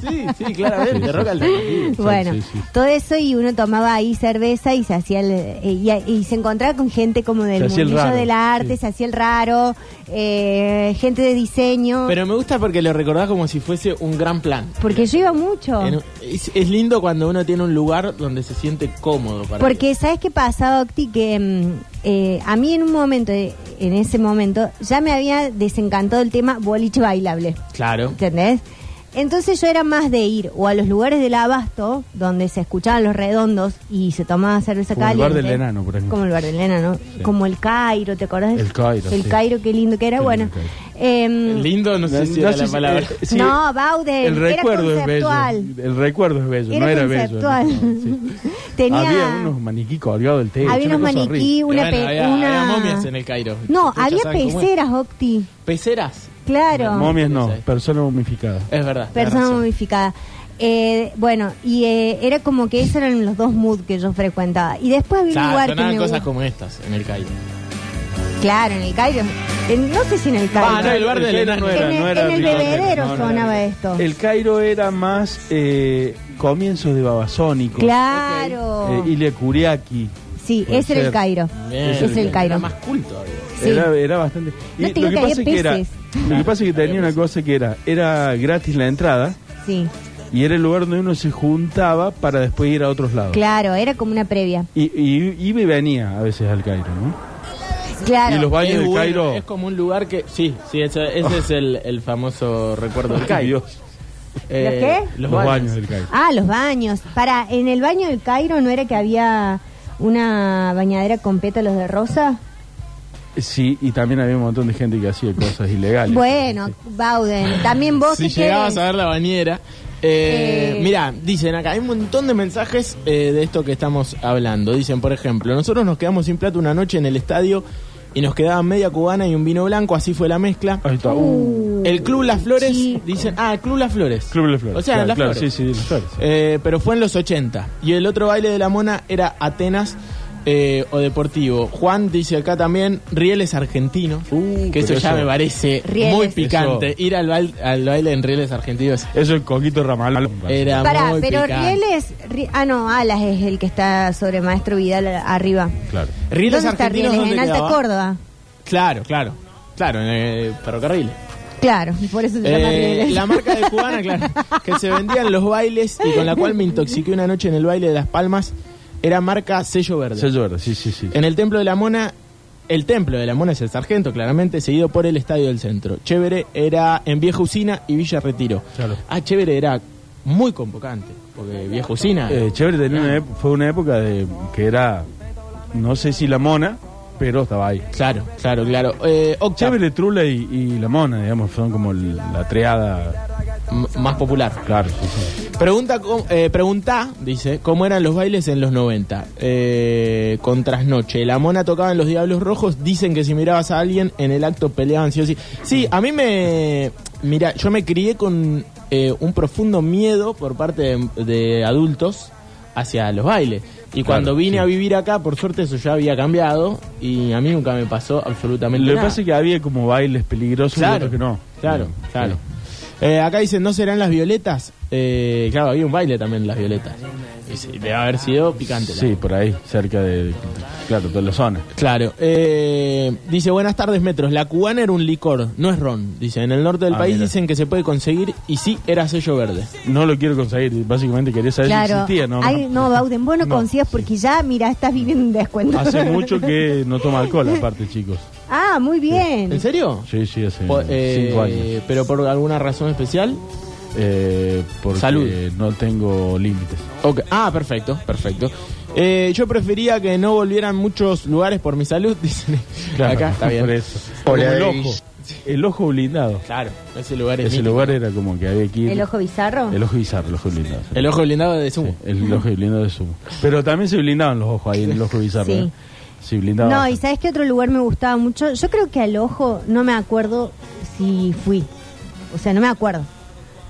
[SPEAKER 3] Sí, sí, claramente.
[SPEAKER 2] Sí, sí,
[SPEAKER 3] rock
[SPEAKER 2] sí.
[SPEAKER 3] alternativo.
[SPEAKER 1] Bueno,
[SPEAKER 2] sí, sí.
[SPEAKER 1] todo eso y uno tomaba ahí cerveza y se hacía el- eh, y, y se encontraba con gente como del
[SPEAKER 2] Se hacía el
[SPEAKER 1] mundillo
[SPEAKER 2] raro,
[SPEAKER 1] del arte,
[SPEAKER 2] sí.
[SPEAKER 1] se hacía el raro, eh, gente de diseño,
[SPEAKER 3] Pero me gusta porque lo recordás como si fuese un gran plan.
[SPEAKER 1] porque yo iba mucho.
[SPEAKER 3] En un- es, es lindo cuando uno tiene un lugar donde se siente cómodo para
[SPEAKER 1] Porque sabes qué pasa, Octi, que mm, eh, a mí en un momento, eh, en ese momento, ya me había desencantado el tema boliche bailable,
[SPEAKER 3] Claro.
[SPEAKER 1] ¿entendés? Entonces yo era más de ir o a los lugares del abasto, donde se escuchaban los redondos y se tomaba cerveza
[SPEAKER 2] Como el
[SPEAKER 1] caliente.
[SPEAKER 2] bar del enano, por ejemplo.
[SPEAKER 1] Como el bar del enano, como el Cairo, ¿te acordás?
[SPEAKER 2] El Cairo,
[SPEAKER 1] El
[SPEAKER 2] sí.
[SPEAKER 1] Cairo, qué lindo que era,
[SPEAKER 2] Qué
[SPEAKER 1] bueno.
[SPEAKER 2] lindo el Cairo.
[SPEAKER 1] em,
[SPEAKER 3] Lindo, no sé si
[SPEAKER 2] No
[SPEAKER 3] era
[SPEAKER 2] sé
[SPEAKER 3] la
[SPEAKER 2] si-
[SPEAKER 3] palabra.
[SPEAKER 2] eh, sí,
[SPEAKER 1] No, Bauden,
[SPEAKER 2] El
[SPEAKER 1] era
[SPEAKER 2] recuerdo es bello.
[SPEAKER 1] conceptual.
[SPEAKER 2] El recuerdo es bello,
[SPEAKER 1] Era
[SPEAKER 2] no era
[SPEAKER 1] conceptual.
[SPEAKER 2] bello. no, sí.
[SPEAKER 1] tenía...
[SPEAKER 2] Había unos eh, maniquí colgados del techo.
[SPEAKER 1] Había
[SPEAKER 2] una
[SPEAKER 1] unos
[SPEAKER 2] cosa
[SPEAKER 1] maniquí,
[SPEAKER 2] horrible.
[SPEAKER 1] una,
[SPEAKER 3] Pero bueno,
[SPEAKER 1] pe-
[SPEAKER 3] había,
[SPEAKER 1] una-
[SPEAKER 3] había momias en el Cairo.
[SPEAKER 1] No,
[SPEAKER 3] Ustedes
[SPEAKER 1] había
[SPEAKER 3] ya saben cómo es.
[SPEAKER 1] peceras, Octi.
[SPEAKER 3] Peceras.
[SPEAKER 1] Claro.
[SPEAKER 2] Momias no,
[SPEAKER 3] Sí.
[SPEAKER 2] personas momificadas.
[SPEAKER 3] Es verdad. tenés
[SPEAKER 1] Persona
[SPEAKER 3] razón.
[SPEAKER 1] momificada. Eh, bueno, y eh, era como que esos eran los dos moods que yo frecuentaba. Y después había un
[SPEAKER 3] Claro,
[SPEAKER 1] lugar que
[SPEAKER 3] sonaban
[SPEAKER 1] me
[SPEAKER 3] cosas
[SPEAKER 1] gust-
[SPEAKER 3] como estas en el Cairo.
[SPEAKER 1] Claro, en el Cairo. En- no sé si en el Cairo.
[SPEAKER 3] Ah, no, el bar del
[SPEAKER 2] Cairo
[SPEAKER 3] enano.
[SPEAKER 2] no era,
[SPEAKER 1] en el,
[SPEAKER 2] no era
[SPEAKER 1] en el
[SPEAKER 2] Ricardo.
[SPEAKER 1] bebedero
[SPEAKER 2] No, no era.
[SPEAKER 1] sonaba esto.
[SPEAKER 2] El Cairo era más eh, comienzos de Babasónico.
[SPEAKER 1] claro.
[SPEAKER 2] Eh, Ilia Kuriaki.
[SPEAKER 1] sí,
[SPEAKER 2] puede
[SPEAKER 1] ese era el
[SPEAKER 2] ser.
[SPEAKER 1] Cairo.
[SPEAKER 3] Bien,
[SPEAKER 1] ese era
[SPEAKER 3] bien.
[SPEAKER 1] el Cairo.
[SPEAKER 3] Era más culto. había.
[SPEAKER 1] Sí.
[SPEAKER 2] Era, era bastante.
[SPEAKER 1] No te digo que había
[SPEAKER 2] que era,
[SPEAKER 1] peces.
[SPEAKER 2] lo que pasa es que tenía una cosa que era, era gratis la entrada
[SPEAKER 1] Sí,
[SPEAKER 2] y era el lugar donde uno se juntaba para después ir a otros lados.
[SPEAKER 1] claro, era como una previa.
[SPEAKER 2] Y, y, iba y venía a veces al Cairo, ¿no?
[SPEAKER 1] Claro.
[SPEAKER 2] Y los baños
[SPEAKER 3] Es
[SPEAKER 2] del
[SPEAKER 3] bueno,
[SPEAKER 2] Cairo.
[SPEAKER 3] Es como un lugar que. Sí, sí, ese, ese es el, el famoso recuerdo del
[SPEAKER 2] Ay,
[SPEAKER 3] Cairo.
[SPEAKER 2] Dios.
[SPEAKER 1] qué?
[SPEAKER 2] Los baños del Cairo.
[SPEAKER 1] Ah, los baños. Para, en el baño del Cairo no era que había una bañadera con pétalos de rosa.
[SPEAKER 2] Sí, y también había un montón de gente que hacía cosas ilegales.
[SPEAKER 1] Bueno,
[SPEAKER 2] Sí.
[SPEAKER 1] Bauden, también vos
[SPEAKER 3] si
[SPEAKER 1] que
[SPEAKER 3] llegabas
[SPEAKER 1] querés.
[SPEAKER 3] a ver la bañera. Eh,
[SPEAKER 1] Eh.
[SPEAKER 3] Mira, dicen acá, hay un montón de mensajes eh, de esto que estamos hablando. Dicen, por ejemplo, nosotros nos quedamos sin plata una noche en el estadio y nos quedaba media cubana y un vino blanco, así fue la mezcla.
[SPEAKER 2] Ahí está. uh.
[SPEAKER 1] Uh,
[SPEAKER 3] El Club Las Flores,
[SPEAKER 1] Chico.
[SPEAKER 3] dicen, ah, Club Las Flores.
[SPEAKER 2] Club de las Flores.
[SPEAKER 3] O sea,
[SPEAKER 2] claro,
[SPEAKER 3] Las
[SPEAKER 2] claro,
[SPEAKER 3] Flores.
[SPEAKER 2] Sí, sí, Las Flores.
[SPEAKER 3] Eh, pero fue en los 80. Y el otro baile de la mona era Atenas eh, o Deportivo. Juan dice acá también Rieles Argentino.
[SPEAKER 2] Uh,
[SPEAKER 3] que eso
[SPEAKER 2] pero
[SPEAKER 3] ya
[SPEAKER 2] eso-
[SPEAKER 3] me parece
[SPEAKER 1] Rieles.
[SPEAKER 3] muy picante.
[SPEAKER 2] Eso-
[SPEAKER 3] Ir al, bail- al baile en Rieles Argentinos
[SPEAKER 2] Eso es Coquito Ramal.
[SPEAKER 3] era
[SPEAKER 1] Pará,
[SPEAKER 3] muy
[SPEAKER 1] pero
[SPEAKER 3] picante.
[SPEAKER 1] Rieles. Ri- ah, no, Alas es el que está sobre Maestro Vidal a- arriba.
[SPEAKER 2] Claro.
[SPEAKER 3] Rieles
[SPEAKER 1] ¿Dónde está
[SPEAKER 3] Argentinos
[SPEAKER 1] Rieles?
[SPEAKER 3] ¿dónde
[SPEAKER 1] En Alta
[SPEAKER 3] quedaba?
[SPEAKER 1] Córdoba.
[SPEAKER 3] Claro, claro. Claro, en eh, ferrocarril.
[SPEAKER 1] Claro, y por eso se llama
[SPEAKER 3] Eh,
[SPEAKER 1] Rieles.
[SPEAKER 3] la marca de cubana, claro, que se vendía en los bailes y con la cual me intoxiqué una noche en el baile de Las Palmas, era marca Sello Verde.
[SPEAKER 2] Se llora, sí, sí, sí.
[SPEAKER 3] En el Templo de la Mona, el Templo de la Mona es el sargento, claramente, seguido por el Estadio del Centro. Chévere era en Vieja Usina y Villa Retiro.
[SPEAKER 2] Claro.
[SPEAKER 3] Ah, Chévere era muy convocante, porque Vieja Usina...
[SPEAKER 2] Eh, chévere, tenía una ep- fue una época de que era, no sé si la mona, pero estaba ahí.
[SPEAKER 3] Claro, claro, claro. Eh, Octa,
[SPEAKER 2] Chévere, Trula y, y la mona, digamos, son como el- la treada.
[SPEAKER 3] m- más popular.
[SPEAKER 2] Claro, sí, sí.
[SPEAKER 3] Pregunta, cómo- eh, pregunta, dice, ¿cómo eran los bailes en los 90? Eh, con trasnoche. La mona tocaba en los Diablos Rojos. Dicen que si mirabas a alguien en el acto peleaban sí o sí. Sí,
[SPEAKER 2] Mm.
[SPEAKER 3] a mí me. Mira, yo me crié con eh, un profundo miedo por parte de, de adultos hacia los bailes. Y cuando vine
[SPEAKER 2] sí.
[SPEAKER 3] a vivir acá, por suerte eso ya había cambiado. Y a mí nunca me pasó absolutamente
[SPEAKER 2] Lo que
[SPEAKER 3] nada.
[SPEAKER 2] pasa es que había como bailes peligrosos y
[SPEAKER 3] Claro,
[SPEAKER 2] otros que no.
[SPEAKER 3] Claro,
[SPEAKER 2] Sí.
[SPEAKER 3] claro. Eh, acá dicen, ¿no serán las violetas? Eh, claro, había un baile también las violetas. Y sí, debe haber sido picante. la-
[SPEAKER 2] Sí, por ahí, cerca de, claro, de la zona.
[SPEAKER 3] Claro. Eh, dice, buenas tardes, metros. La cubana era un licor, no es ron. Dice, en el norte del
[SPEAKER 2] Ah,
[SPEAKER 3] país
[SPEAKER 2] mira.
[SPEAKER 3] dicen que se puede conseguir y sí, era sello verde.
[SPEAKER 2] No lo quiero conseguir, básicamente quería saber si
[SPEAKER 1] Claro.
[SPEAKER 2] existía, ¿no?
[SPEAKER 1] Ay, no, Bauden, vos no,
[SPEAKER 2] No.
[SPEAKER 1] consigas porque ya, mira, estás viviendo un descuento.
[SPEAKER 2] Hace mucho que no tomo alcohol, aparte, chicos.
[SPEAKER 1] Ah, muy bien.
[SPEAKER 3] ¿En serio?
[SPEAKER 2] Sí, sí, hace
[SPEAKER 3] Po- eh,
[SPEAKER 2] cinco años.
[SPEAKER 3] Pero por alguna razón especial.
[SPEAKER 2] Eh, porque
[SPEAKER 3] Salud.
[SPEAKER 2] no tengo límites.
[SPEAKER 3] Ok, Ah, perfecto, perfecto. Eh, yo prefería que no volvieran muchos lugares por mi salud, dicen.
[SPEAKER 2] Claro,
[SPEAKER 3] acá está bien.
[SPEAKER 2] por eso.
[SPEAKER 3] Hola,
[SPEAKER 2] Como el
[SPEAKER 3] Davis.
[SPEAKER 2] ojo. El ojo blindado.
[SPEAKER 3] Claro, ese lugar es
[SPEAKER 2] Ese
[SPEAKER 3] mítico.
[SPEAKER 2] lugar era como que había que ir.
[SPEAKER 1] ¿El ojo bizarro?
[SPEAKER 2] El ojo bizarro, el ojo blindado.
[SPEAKER 3] El ojo blindado de Sumo.
[SPEAKER 2] El ojo blindado de sumo. Pero también se blindaban los ojos ahí en el ojo bizarro.
[SPEAKER 1] Sí.
[SPEAKER 2] ¿eh? Se blindaba.
[SPEAKER 1] No, y ¿sabes qué otro lugar me gustaba mucho? Yo creo que al ojo no me acuerdo si fui. O sea, no me acuerdo.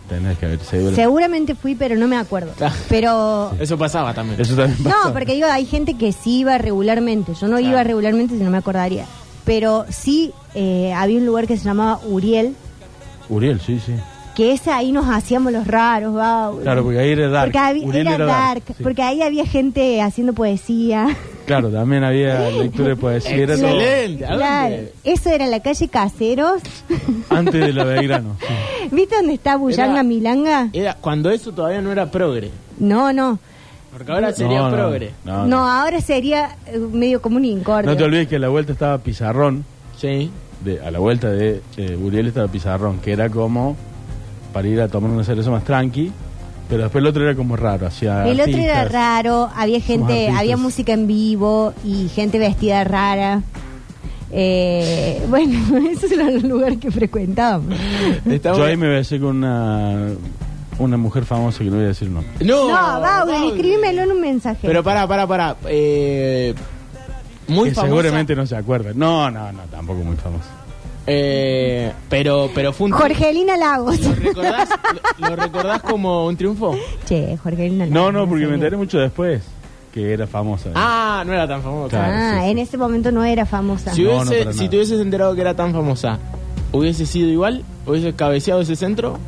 [SPEAKER 2] Tenés que haber seguro.
[SPEAKER 1] Seguramente fui, pero no me acuerdo.
[SPEAKER 3] Claro.
[SPEAKER 1] Pero...
[SPEAKER 3] Eso pasaba también.
[SPEAKER 2] Eso también pasa.
[SPEAKER 1] No, porque digo, hay gente que sí iba regularmente. Yo no iba regularmente si no me acordaría. Pero sí eh, había un lugar que se llamaba Uriel,
[SPEAKER 2] Uriel, sí, sí.
[SPEAKER 1] que ese ahí nos hacíamos los raros, Bauden.
[SPEAKER 2] Claro, porque ahí era dark.
[SPEAKER 1] Porque había-
[SPEAKER 2] Uriel
[SPEAKER 1] era, dark,
[SPEAKER 2] sí.
[SPEAKER 1] porque ahí había gente haciendo poesía.
[SPEAKER 2] Claro, también había lectura de poesía. Era todo
[SPEAKER 3] Excelente. ¿A dónde?
[SPEAKER 1] Claro, eso era en la calle Caseros.
[SPEAKER 2] antes de la Belgrano. sí.
[SPEAKER 1] ¿Viste dónde está Bullanga
[SPEAKER 3] Era-
[SPEAKER 1] Milanga?
[SPEAKER 2] Eh.
[SPEAKER 3] Era cuando eso todavía no era progre.
[SPEAKER 1] No, no.
[SPEAKER 3] Porque ahora sería
[SPEAKER 2] No, no,
[SPEAKER 3] progre.
[SPEAKER 1] No,
[SPEAKER 2] No, no.
[SPEAKER 1] ahora sería eh, medio como un incordio.
[SPEAKER 2] No te olvides que a la vuelta estaba Pizarrón.
[SPEAKER 3] Sí.
[SPEAKER 2] de- a la vuelta de eh, Uriel estaba Pizarrón, que era como para ir a tomar una cerveza más tranqui, pero después el otro era como raro, hacía
[SPEAKER 1] El otro era
[SPEAKER 2] artistas.
[SPEAKER 1] raro, había gente,
[SPEAKER 2] artistas.
[SPEAKER 1] había música en vivo y gente vestida rara. Eh, bueno, esos eran los lugares que frecuentábamos.
[SPEAKER 2] Yo ahí me besé con una, una mujer famosa que no voy a decir no.
[SPEAKER 1] No,
[SPEAKER 3] No,
[SPEAKER 1] Bauden,
[SPEAKER 3] Bauden.
[SPEAKER 1] escríbemelo en un mensaje.
[SPEAKER 3] Pero pará, pará, pará. Eh, muy
[SPEAKER 2] que
[SPEAKER 3] famosa.
[SPEAKER 2] seguramente no se acuerda. No, no, no, tampoco muy famosa.
[SPEAKER 3] Eh, pero, pero fue un.
[SPEAKER 1] Jorgelina Lagos.
[SPEAKER 3] ¿Lo recordás, lo, lo recordás como un triunfo?
[SPEAKER 1] Che, Jorgelina Lagos.
[SPEAKER 2] No, no, porque me
[SPEAKER 1] serio.
[SPEAKER 2] enteré mucho después que era famosa.
[SPEAKER 3] Ah, no era tan famosa.
[SPEAKER 2] Claro.
[SPEAKER 1] Ah,
[SPEAKER 2] sí, sí.
[SPEAKER 1] en ese momento no era famosa.
[SPEAKER 3] Si,
[SPEAKER 2] No,
[SPEAKER 3] hubiese-
[SPEAKER 2] no, para
[SPEAKER 3] si
[SPEAKER 2] nada.
[SPEAKER 3] te hubieses enterado que era tan famosa, ¿hubiese sido igual? ¿Hubiese cabeceado ese centro?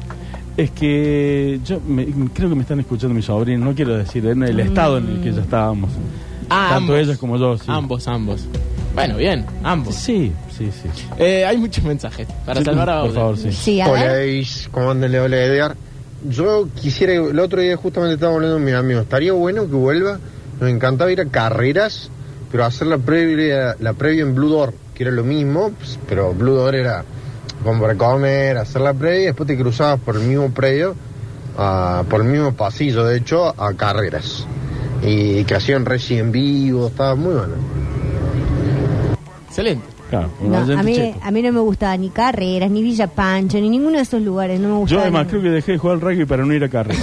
[SPEAKER 2] Es que yo me- creo que me están escuchando mis sobrinos, no quiero decir, en el estado en el que ya estábamos.
[SPEAKER 3] Ah,
[SPEAKER 2] Tanto
[SPEAKER 3] Mm. ambos.
[SPEAKER 2] ellas como yo, sí.
[SPEAKER 3] Ambos, ambos. Bueno, bien, ambos.
[SPEAKER 2] Sí, sí, sí.
[SPEAKER 3] Eh, hay muchos mensajes para
[SPEAKER 2] Sí,
[SPEAKER 3] salvar a
[SPEAKER 2] Por
[SPEAKER 3] Bauden.
[SPEAKER 2] favor, sí.
[SPEAKER 1] Sí, a
[SPEAKER 4] Hola,
[SPEAKER 1] ver.
[SPEAKER 4] Davis. ¿Cómo andan? Le Hola, Edgar. Yo quisiera, el otro día justamente estaba hablando con mis amigos, estaría bueno que vuelva, nos encantaba ir a carreras, pero hacer la previa, la previa en Blue Door, que era lo mismo, pues, pero Blue Door era como para comer, hacer la previa, y después te cruzabas por el mismo predio, ah, por el mismo pasillo, de hecho, a carreras. Y que hacían recién vivo, estaba muy bueno.
[SPEAKER 3] Excelente.
[SPEAKER 2] Claro, un
[SPEAKER 1] No, a,
[SPEAKER 2] oyente
[SPEAKER 1] mí,
[SPEAKER 2] cheto.
[SPEAKER 1] a mí no me gustaba ni Carreras, ni Villa Pancho, ni ninguno de esos lugares. No me
[SPEAKER 2] Yo
[SPEAKER 1] gustaba.
[SPEAKER 2] además
[SPEAKER 1] ninguno.
[SPEAKER 2] creo que dejé de jugar al rugby para no ir a carrera.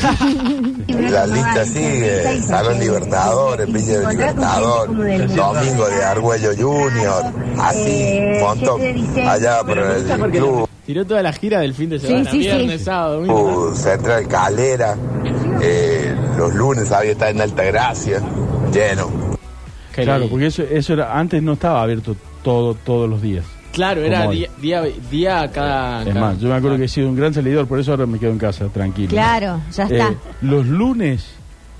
[SPEAKER 5] La lista sigue, eh, Salón Libertadores, Villa del Libertador, Eh,
[SPEAKER 1] Eh,
[SPEAKER 5] Domingo de Argüello Junior, así, montón, allá por el club.
[SPEAKER 3] Tiró toda la gira del fin de
[SPEAKER 1] Sí,
[SPEAKER 3] semana.
[SPEAKER 1] sí, sí.
[SPEAKER 3] Viernes, sábado, domingo.
[SPEAKER 5] Uh, Central Calera. eh, los lunes había estado en Altagracia. Lleno.
[SPEAKER 3] Qué
[SPEAKER 2] Claro,
[SPEAKER 3] lindo.
[SPEAKER 2] porque eso, eso era, antes no estaba abierto todo, todos los días.
[SPEAKER 3] Claro, era
[SPEAKER 2] Como hoy.
[SPEAKER 3] día, día, día cada...
[SPEAKER 2] Es
[SPEAKER 3] cada-
[SPEAKER 2] más, yo me acuerdo que he sido un gran salidor, por eso ahora me quedo en casa, tranquilo.
[SPEAKER 1] Claro, ya está.
[SPEAKER 2] Eh, los lunes,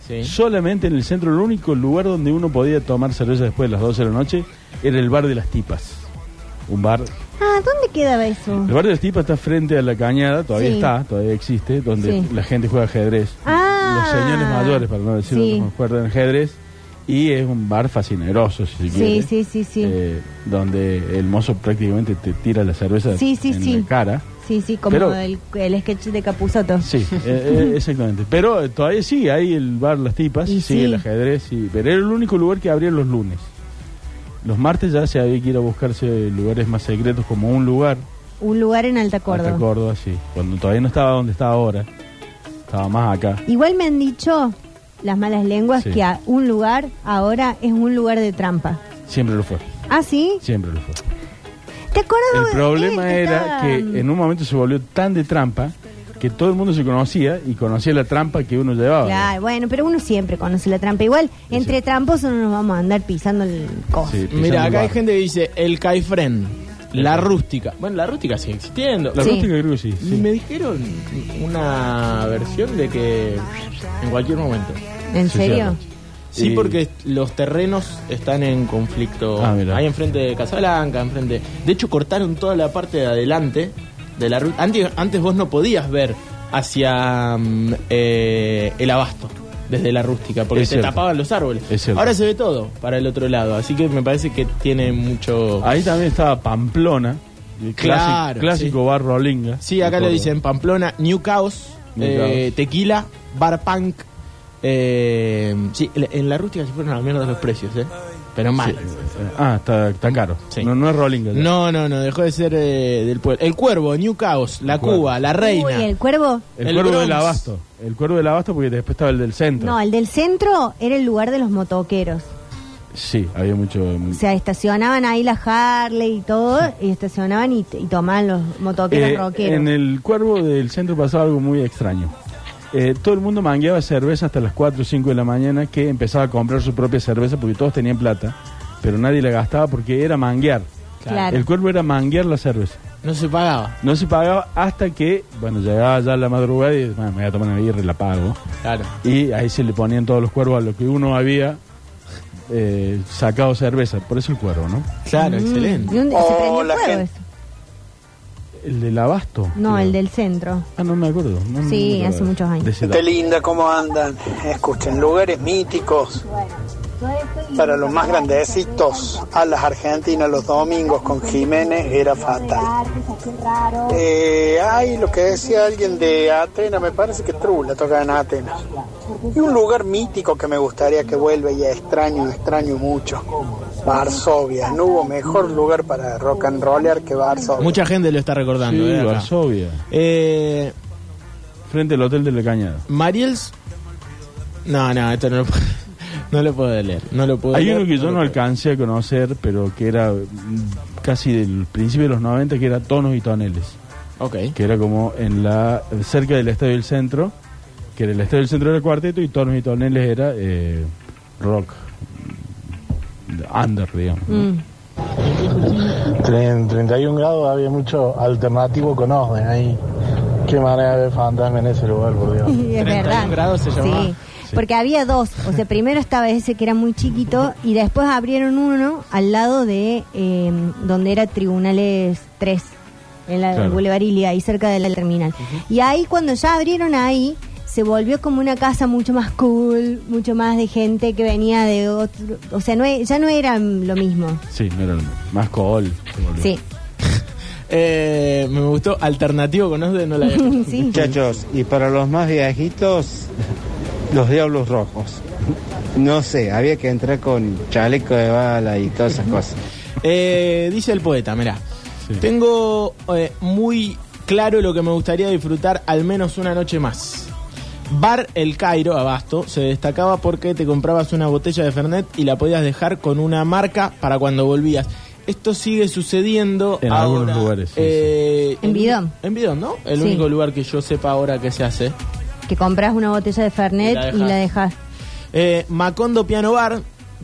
[SPEAKER 3] Sí.
[SPEAKER 2] solamente en el centro, el único lugar donde uno podía tomar cerveza después de las 12 de la noche era el bar de las tipas. Un bar.
[SPEAKER 1] Ah, ¿dónde quedaba eso?
[SPEAKER 2] El bar de las tipas está frente a la cañada, todavía
[SPEAKER 1] Sí.
[SPEAKER 2] está, todavía existe, donde
[SPEAKER 1] Sí.
[SPEAKER 2] la gente juega ajedrez.
[SPEAKER 1] Ah.
[SPEAKER 2] Los señores mayores, para no decirlo,
[SPEAKER 1] Sí.
[SPEAKER 2] como juegan ajedrez. Y es un bar fascineroso, si se
[SPEAKER 1] Sí,
[SPEAKER 2] quiere.
[SPEAKER 1] sí, sí, sí.
[SPEAKER 2] eh, donde el mozo prácticamente te tira la cerveza
[SPEAKER 1] Sí, sí,
[SPEAKER 2] en
[SPEAKER 1] sí.
[SPEAKER 2] la cara.
[SPEAKER 1] Sí, sí, como
[SPEAKER 2] Pero-
[SPEAKER 1] el, el sketch de Capuzoto.
[SPEAKER 2] Sí, eh, eh, exactamente. Pero eh, todavía sigue ahí el bar Las Tipas,
[SPEAKER 1] Y
[SPEAKER 2] sigue
[SPEAKER 1] sí.
[SPEAKER 2] el ajedrez, y, pero era el único lugar que abría los lunes. Los martes ya se había que ir a buscarse lugares más secretos como un lugar,
[SPEAKER 1] Un lugar en Alta Córdoba.
[SPEAKER 2] hasta Córdoba, sí. Cuando todavía no estaba donde está ahora, estaba más acá.
[SPEAKER 1] Igual me han dicho las malas lenguas
[SPEAKER 2] Sí.
[SPEAKER 1] que a un lugar ahora es un lugar de trampa.
[SPEAKER 2] Siempre lo fue,
[SPEAKER 1] ¿Ah, sí?
[SPEAKER 2] siempre lo fue.
[SPEAKER 1] ¿Te acuerdas?
[SPEAKER 2] El
[SPEAKER 1] de-
[SPEAKER 2] problema
[SPEAKER 1] eh,
[SPEAKER 2] era
[SPEAKER 1] estaba-
[SPEAKER 2] que en un momento se volvió tan de trampa que todo el mundo se conocía y conocía la trampa que uno llevaba.
[SPEAKER 1] Claro, bueno, pero uno siempre conoce la trampa. Igual,
[SPEAKER 2] Sí,
[SPEAKER 1] entre
[SPEAKER 2] sí.
[SPEAKER 1] tramposos no nos vamos a andar pisando el coso.
[SPEAKER 2] Sí, pisando el
[SPEAKER 3] Mira, acá hay
[SPEAKER 2] barro.
[SPEAKER 3] gente que dice el caifren, la rústica. Bueno, la rústica sigue existiendo.
[SPEAKER 2] La
[SPEAKER 1] Sí.
[SPEAKER 2] rústica creo que sí. sí.
[SPEAKER 3] Me dijeron una versión de que en cualquier momento.
[SPEAKER 1] ¿En
[SPEAKER 2] Sí,
[SPEAKER 1] serio?
[SPEAKER 2] cierto.
[SPEAKER 3] Sí,
[SPEAKER 2] Y-
[SPEAKER 3] porque est- los terrenos están en conflicto.
[SPEAKER 2] Ah, mira.
[SPEAKER 3] Ahí enfrente de Casablanca, enfrente. De hecho, cortaron toda la parte de adelante de la ruta. Antes, antes vos no podías ver hacia mm, eh, el abasto desde la rústica, porque
[SPEAKER 2] Es
[SPEAKER 3] te
[SPEAKER 2] cierto.
[SPEAKER 3] tapaban los árboles.
[SPEAKER 2] Es cierto.
[SPEAKER 3] Ahora se ve todo para el otro lado, así que me parece que tiene mucho.
[SPEAKER 2] Ahí también estaba Pamplona, el
[SPEAKER 3] Claro,
[SPEAKER 2] clásico, clásico bar Rolinga.
[SPEAKER 3] Sí, acá lo
[SPEAKER 2] Recuerdo.
[SPEAKER 3] dicen Pamplona, New Caos,
[SPEAKER 2] New
[SPEAKER 3] eh,
[SPEAKER 2] Caos.
[SPEAKER 3] Tequila, Bar Punk. eh, sí, en la- en la rústica se fueron a la mierda los precios, ¿eh? Pero
[SPEAKER 2] Sí.
[SPEAKER 3] mal.
[SPEAKER 2] Ah, está, está caro.
[SPEAKER 3] Sí.
[SPEAKER 2] No, no es Rolinga. ya.
[SPEAKER 3] No, no, no, dejó de ser eh, del pueblo. El Cuervo, New Caos, La
[SPEAKER 2] El Cuervo.
[SPEAKER 3] Cuba, La
[SPEAKER 1] Uy,
[SPEAKER 3] Reina.
[SPEAKER 1] ¿el cuervo?
[SPEAKER 2] El,
[SPEAKER 3] El
[SPEAKER 2] cuervo
[SPEAKER 3] Bronx.
[SPEAKER 2] del abasto. El cuervo del abasto porque después estaba el del centro.
[SPEAKER 1] No, el del centro era el lugar de los motoqueros.
[SPEAKER 2] Sí, había mucho...
[SPEAKER 1] O sea, estacionaban ahí la Harley y todo, y estacionaban y, y tomaban los motoqueros
[SPEAKER 2] Eh,
[SPEAKER 1] rockeros.
[SPEAKER 2] en el cuervo del centro pasaba algo muy extraño. Eh, todo el mundo mangueaba cerveza hasta las 4 o 5 de la mañana que empezaba a comprar su propia cerveza porque todos tenían plata, pero nadie la gastaba porque era manguear.
[SPEAKER 1] Claro.
[SPEAKER 2] El cuervo era manguear la cerveza.
[SPEAKER 3] No se pagaba.
[SPEAKER 2] No se pagaba hasta que, bueno, llegaba ya la madrugada y bueno, me voy a tomar una birra y la pago.
[SPEAKER 3] Claro.
[SPEAKER 2] Y ahí se le ponían todos los cuervos a lo que uno había eh, sacado cerveza. Por eso el cuervo, ¿no?
[SPEAKER 3] Claro,
[SPEAKER 1] Mm,
[SPEAKER 3] excelente.
[SPEAKER 1] y un- se prendió
[SPEAKER 5] Hola,
[SPEAKER 1] fuego
[SPEAKER 5] gente.
[SPEAKER 1] eso.
[SPEAKER 2] El del abasto.
[SPEAKER 1] No,
[SPEAKER 2] creo.
[SPEAKER 1] el del centro.
[SPEAKER 2] Ah, no me acuerdo. no- no
[SPEAKER 1] Sí,
[SPEAKER 2] me acuerdo
[SPEAKER 1] hace muchos años.
[SPEAKER 2] de ese
[SPEAKER 6] Gente
[SPEAKER 2] dato.
[SPEAKER 6] linda, ¿cómo andan? Escuchen, lugares míticos para los más grandecitos. A las Argentinas los domingos con Jiménez era fatal. Eh, ay, lo que decía alguien de Atenas, me parece que Trula toca en Atenas. Y un lugar mítico que me gustaría que vuelva y extraño, extraño mucho. Varsovia, no hubo mejor lugar para rock and roller que Varsovia.
[SPEAKER 3] Mucha gente lo está recordando.
[SPEAKER 2] Sí,
[SPEAKER 3] eh, acá.
[SPEAKER 2] Varsovia.
[SPEAKER 3] Eh,
[SPEAKER 2] Frente al hotel de la Cañada.
[SPEAKER 3] Mariels. No, no, esto no lo, puedo- no lo puedo leer. No lo puedo
[SPEAKER 2] Hay
[SPEAKER 3] leer,
[SPEAKER 2] uno que yo
[SPEAKER 3] lo
[SPEAKER 2] no
[SPEAKER 3] puedo-
[SPEAKER 2] alcancé a conocer, pero que era mm, casi del principio de los 90, que era Tonos y Toneles.
[SPEAKER 3] Ok.
[SPEAKER 2] que era como en la cerca del Estadio del Centro, que en el Estadio del Centro era cuarteto y Tonos y Toneles era eh, rock, under, digamos. ¿no?
[SPEAKER 1] Mm.
[SPEAKER 7] 31 grados había mucho alternativo con orden ahí. Qué manera de ver fantasma en ese lugar, por Dios.
[SPEAKER 1] Sí, es
[SPEAKER 3] 31
[SPEAKER 1] verdad.
[SPEAKER 3] grados se llamaba.
[SPEAKER 1] Sí. Porque había dos, o sea, primero estaba ese que era muy chiquito y después abrieron uno al lado de eh, donde era Tribunales 3, en la
[SPEAKER 2] Claro.
[SPEAKER 1] Boulevard Ilia, ahí cerca de la terminal. Y ahí cuando ya abrieron ahí, se volvió como una casa mucho más cool, mucho más de gente que venía de otro, o sea, no, e- ya no era mm, lo mismo.
[SPEAKER 2] Sí, no era lo mismo. más cool. se volvió.
[SPEAKER 1] Sí,
[SPEAKER 3] Eh, me gustó Alternativo con Osde, no la había escuchado.
[SPEAKER 1] sí.
[SPEAKER 8] Muchachos, y para los más viejitos, los diablos rojos. No sé, había que entrar con chaleco de bala y todas esas cosas.
[SPEAKER 3] Eh, dice el poeta, mirá.
[SPEAKER 2] Sí.
[SPEAKER 3] Tengo eh, muy claro lo que me gustaría disfrutar al menos una noche más. Bar El Cairo, Abasto, se destacaba porque te comprabas una botella de Fernet y la podías dejar con una marca para cuando volvías. esto sigue sucediendo
[SPEAKER 2] En
[SPEAKER 3] ahora,
[SPEAKER 2] algunos lugares, sí,
[SPEAKER 3] eh,
[SPEAKER 1] En Bidón.
[SPEAKER 3] En Bidón, ¿no? El
[SPEAKER 1] Sí.
[SPEAKER 3] único lugar que yo sepa ahora que se hace.
[SPEAKER 1] Que compras una botella de Fernet y
[SPEAKER 3] Y la
[SPEAKER 1] la dejas.
[SPEAKER 3] Eh, Macondo Piano Bar,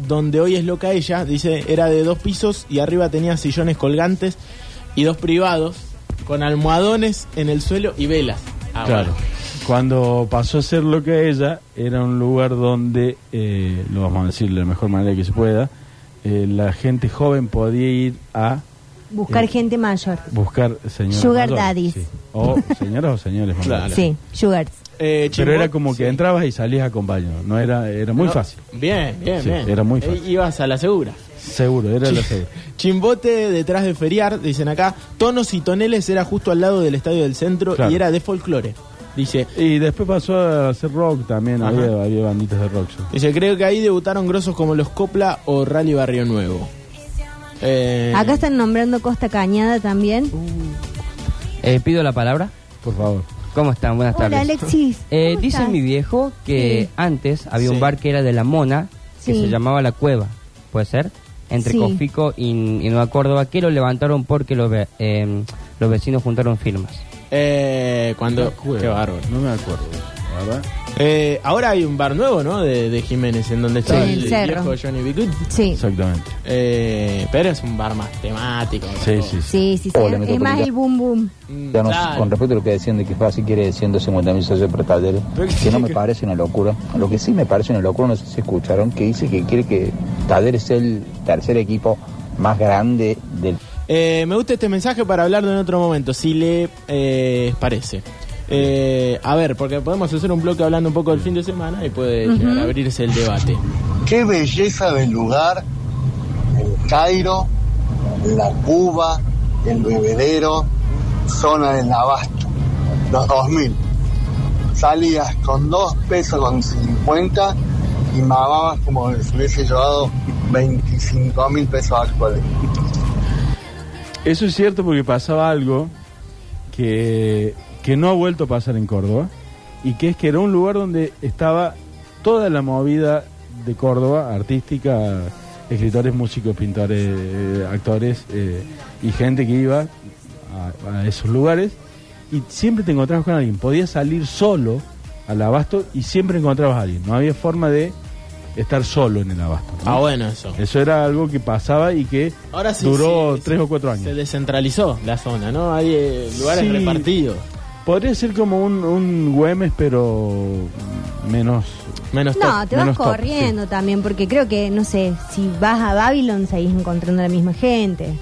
[SPEAKER 3] donde hoy es loca ella, dice, era de dos pisos y arriba tenía sillones colgantes y dos privados con almohadones en el suelo y velas. Ah,
[SPEAKER 2] claro.
[SPEAKER 3] bueno.
[SPEAKER 2] Cuando pasó a ser lo que ella, era un lugar donde, eh, lo vamos a decir de la mejor manera que se pueda, eh, la gente joven podía ir a
[SPEAKER 1] Buscar
[SPEAKER 2] Eh,
[SPEAKER 1] gente mayor.
[SPEAKER 2] buscar señoras.
[SPEAKER 1] Sugar
[SPEAKER 2] mayores,
[SPEAKER 1] daddies.
[SPEAKER 2] sí. O señoras o señores. mayores.
[SPEAKER 3] Claro.
[SPEAKER 1] Sí, sugars.
[SPEAKER 3] Eh, Chimbó-
[SPEAKER 2] Pero era como que
[SPEAKER 3] sí.
[SPEAKER 2] entrabas y salías acompañado. No era, era muy
[SPEAKER 3] No,
[SPEAKER 2] fácil.
[SPEAKER 3] Bien, bien,
[SPEAKER 2] Sí,
[SPEAKER 3] bien.
[SPEAKER 2] era muy fácil.
[SPEAKER 3] Eh, ibas a la segura.
[SPEAKER 2] Seguro, era la segura.
[SPEAKER 3] Chimbote detrás de Feriar, dicen acá, Tonos y Toneles era justo al lado del Estadio del Centro
[SPEAKER 2] Claro.
[SPEAKER 3] y era de folclore. Dice,
[SPEAKER 2] Y después pasó a hacer rock también.
[SPEAKER 3] Ajá.
[SPEAKER 2] Había, había banditas de rock. sí.
[SPEAKER 3] dice, creo que ahí debutaron grosos como los Copla o Rally Barrio Nuevo. Eh,
[SPEAKER 1] Acá están nombrando Costa Cañada también.
[SPEAKER 9] Eh, pido la palabra.
[SPEAKER 2] Por favor.
[SPEAKER 9] ¿Cómo están? Buenas
[SPEAKER 1] Hola,
[SPEAKER 9] tardes.
[SPEAKER 1] Alexis.
[SPEAKER 9] Eh,
[SPEAKER 1] ¿Cómo
[SPEAKER 9] dice
[SPEAKER 1] estás?
[SPEAKER 9] mi viejo que
[SPEAKER 1] Sí.
[SPEAKER 9] antes había
[SPEAKER 3] Sí.
[SPEAKER 9] un bar que era de La Mona, que
[SPEAKER 1] Sí.
[SPEAKER 9] se llamaba La Cueva, ¿puede ser? Entre
[SPEAKER 1] Sí.
[SPEAKER 9] Cofico y, y Nueva Córdoba, que lo levantaron porque los ve- eh, los vecinos juntaron firmas.
[SPEAKER 3] eh, cuando... Qué bárbaro.
[SPEAKER 2] No me acuerdo. la ¿Verdad?
[SPEAKER 3] Eh, ahora hay un bar nuevo, ¿no? De, de Jiménez, en donde está
[SPEAKER 1] Sí,
[SPEAKER 3] el,
[SPEAKER 1] el cerro.
[SPEAKER 3] viejo Johnny B. Good.
[SPEAKER 1] Sí.
[SPEAKER 2] Exactamente.
[SPEAKER 3] Eh, pero es un bar más temático. ¿no?
[SPEAKER 2] Sí, sí,
[SPEAKER 1] Sí,
[SPEAKER 2] sí.
[SPEAKER 1] sí, sí.
[SPEAKER 5] Hola,
[SPEAKER 1] es más
[SPEAKER 5] Metropolitano.
[SPEAKER 1] el boom boom.
[SPEAKER 3] Mm,
[SPEAKER 5] Ya no-
[SPEAKER 3] claro.
[SPEAKER 5] con respecto a lo que decían de que fácil quiere 150 mil socios prestadores, que no me parece una locura. Lo que sí me parece una locura, no sé si escucharon, que dice que quiere que Talleres sea el tercer equipo más grande del
[SPEAKER 3] Eh, me gusta este mensaje para hablarlo en otro momento, si le eh, parece. Eh, a ver, porque podemos hacer un bloque hablando un poco del fin de semana y puede llegar a abrirse el debate.
[SPEAKER 6] Qué belleza del lugar, el Cairo, la Cuba, el bebedero, zona del abasto, los 2000. Salías con 2 pesos con 50 y mamabas como si hubiese llevado 25 mil pesos al colegio.
[SPEAKER 2] Eso es cierto porque pasaba algo que, que no ha vuelto a pasar en Córdoba y que es que era un lugar donde estaba toda la movida de Córdoba, artística, escritores, músicos, pintores, eh, actores eh, y gente que iba a, a esos lugares y siempre te encontrabas con alguien. Podías salir solo al abasto y siempre encontrabas a alguien. No había forma de estar solo en el abasto. ¿no?
[SPEAKER 3] Ah, bueno, eso.
[SPEAKER 2] Eso era algo que pasaba y que
[SPEAKER 3] Ahora sí,
[SPEAKER 2] duró
[SPEAKER 3] sí,
[SPEAKER 2] tres
[SPEAKER 3] sí,
[SPEAKER 2] o cuatro
[SPEAKER 3] Se
[SPEAKER 2] años.
[SPEAKER 3] descentralizó la zona, ¿no? Hay eh, lugares
[SPEAKER 2] Sí.
[SPEAKER 3] repartidos,
[SPEAKER 2] Podría ser como un, un Güemes, pero menos.
[SPEAKER 3] menos
[SPEAKER 1] No,
[SPEAKER 3] top.
[SPEAKER 1] te vas
[SPEAKER 2] menos top,
[SPEAKER 1] corriendo también, porque creo que, no sé, si vas a Babylon seguís encontrando a la misma gente.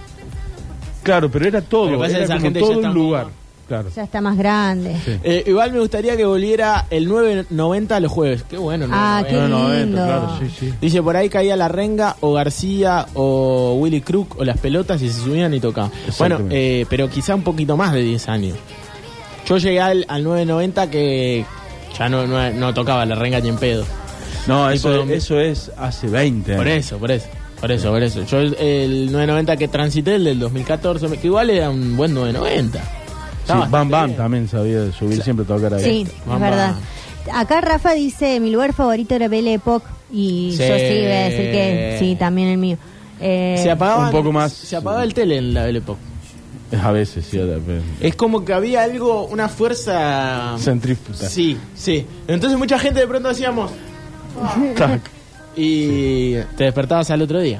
[SPEAKER 2] Claro, pero era todo,
[SPEAKER 3] Lo que pasa
[SPEAKER 2] era
[SPEAKER 3] es que esa
[SPEAKER 2] como
[SPEAKER 3] gente ya
[SPEAKER 2] todo
[SPEAKER 3] está
[SPEAKER 2] un
[SPEAKER 3] muy-
[SPEAKER 2] lugar. Claro.
[SPEAKER 1] Ya está más grande.
[SPEAKER 2] Sí.
[SPEAKER 3] Eh, igual me gustaría que volviera el 9.90 los jueves. Qué bueno,
[SPEAKER 1] Ah,
[SPEAKER 3] 9.90.
[SPEAKER 1] qué lindo.
[SPEAKER 2] claro, sí, sí.
[SPEAKER 3] Dice, por ahí caía la renga o García o Willy Crook o las pelotas y se subían y tocaban. Bueno,
[SPEAKER 2] Exactamente.
[SPEAKER 3] eh, pero quizá un poquito más de 10 años. Yo llegué al, al 990 que ya no, no, no tocaba la renga ni en pedo.
[SPEAKER 2] No,
[SPEAKER 3] Tipo
[SPEAKER 2] eso,
[SPEAKER 3] de-
[SPEAKER 2] eso es hace 20
[SPEAKER 3] Por
[SPEAKER 2] años.
[SPEAKER 3] eso, por eso. Por eso, por eso. Yo el, el 990 que transité, el del 2014, me- que igual era un buen 990.
[SPEAKER 2] Sí,
[SPEAKER 3] Está bastante
[SPEAKER 2] Bam Bam
[SPEAKER 3] bien.
[SPEAKER 2] también sabía de subir, siempre tocar ahí.
[SPEAKER 1] Sí, es
[SPEAKER 3] Mamá.
[SPEAKER 1] verdad. Acá Rafa dice, mi lugar favorito era Belle Époque y
[SPEAKER 3] Sí.
[SPEAKER 1] yo sí voy a decir que sí, también el mío. Eh,
[SPEAKER 3] Se apagaba,
[SPEAKER 2] Un poco más.
[SPEAKER 3] Se apagaba el tele en la Belle Époque.
[SPEAKER 2] A veces, sí. a la-
[SPEAKER 3] Es como que había algo, una fuerza...
[SPEAKER 2] Centrífuga.
[SPEAKER 3] Sí, sí. Entonces mucha gente de pronto hacíamos...
[SPEAKER 2] Tac.
[SPEAKER 3] Y te despertabas al otro día.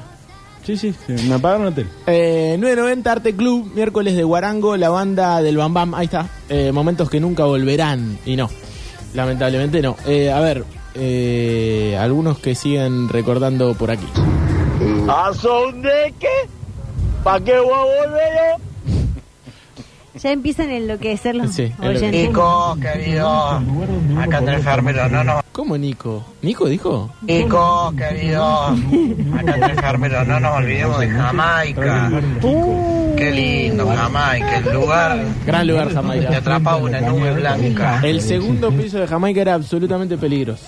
[SPEAKER 2] Sí, sí, sí, me apagaron la tele.
[SPEAKER 3] Eh, 990 Arte Club, miércoles de Guarango, la banda del Bam Bam. Ahí está. Eh, momentos que nunca volverán. Y no. Lamentablemente no. Eh, a ver, eh, algunos que siguen recordando por aquí.
[SPEAKER 5] ¿A son de qué? ¿Para qué voy a volver?
[SPEAKER 1] ya empiezan a enloquecer los
[SPEAKER 3] Sí,
[SPEAKER 1] oyentes.
[SPEAKER 5] Nico, querido, acá está el enfermero, no nos
[SPEAKER 3] ¿Cómo Nico? ¿Nico dijo?
[SPEAKER 5] Nico, querido, acá está el enfermero, no nos olvidemos de Jamaica. Qué lindo Jamaica, el lugar
[SPEAKER 3] Gran lugar,
[SPEAKER 5] te
[SPEAKER 3] Jamaica.
[SPEAKER 5] atrapa una nube blanca.
[SPEAKER 3] El segundo piso de Jamaica era absolutamente peligroso.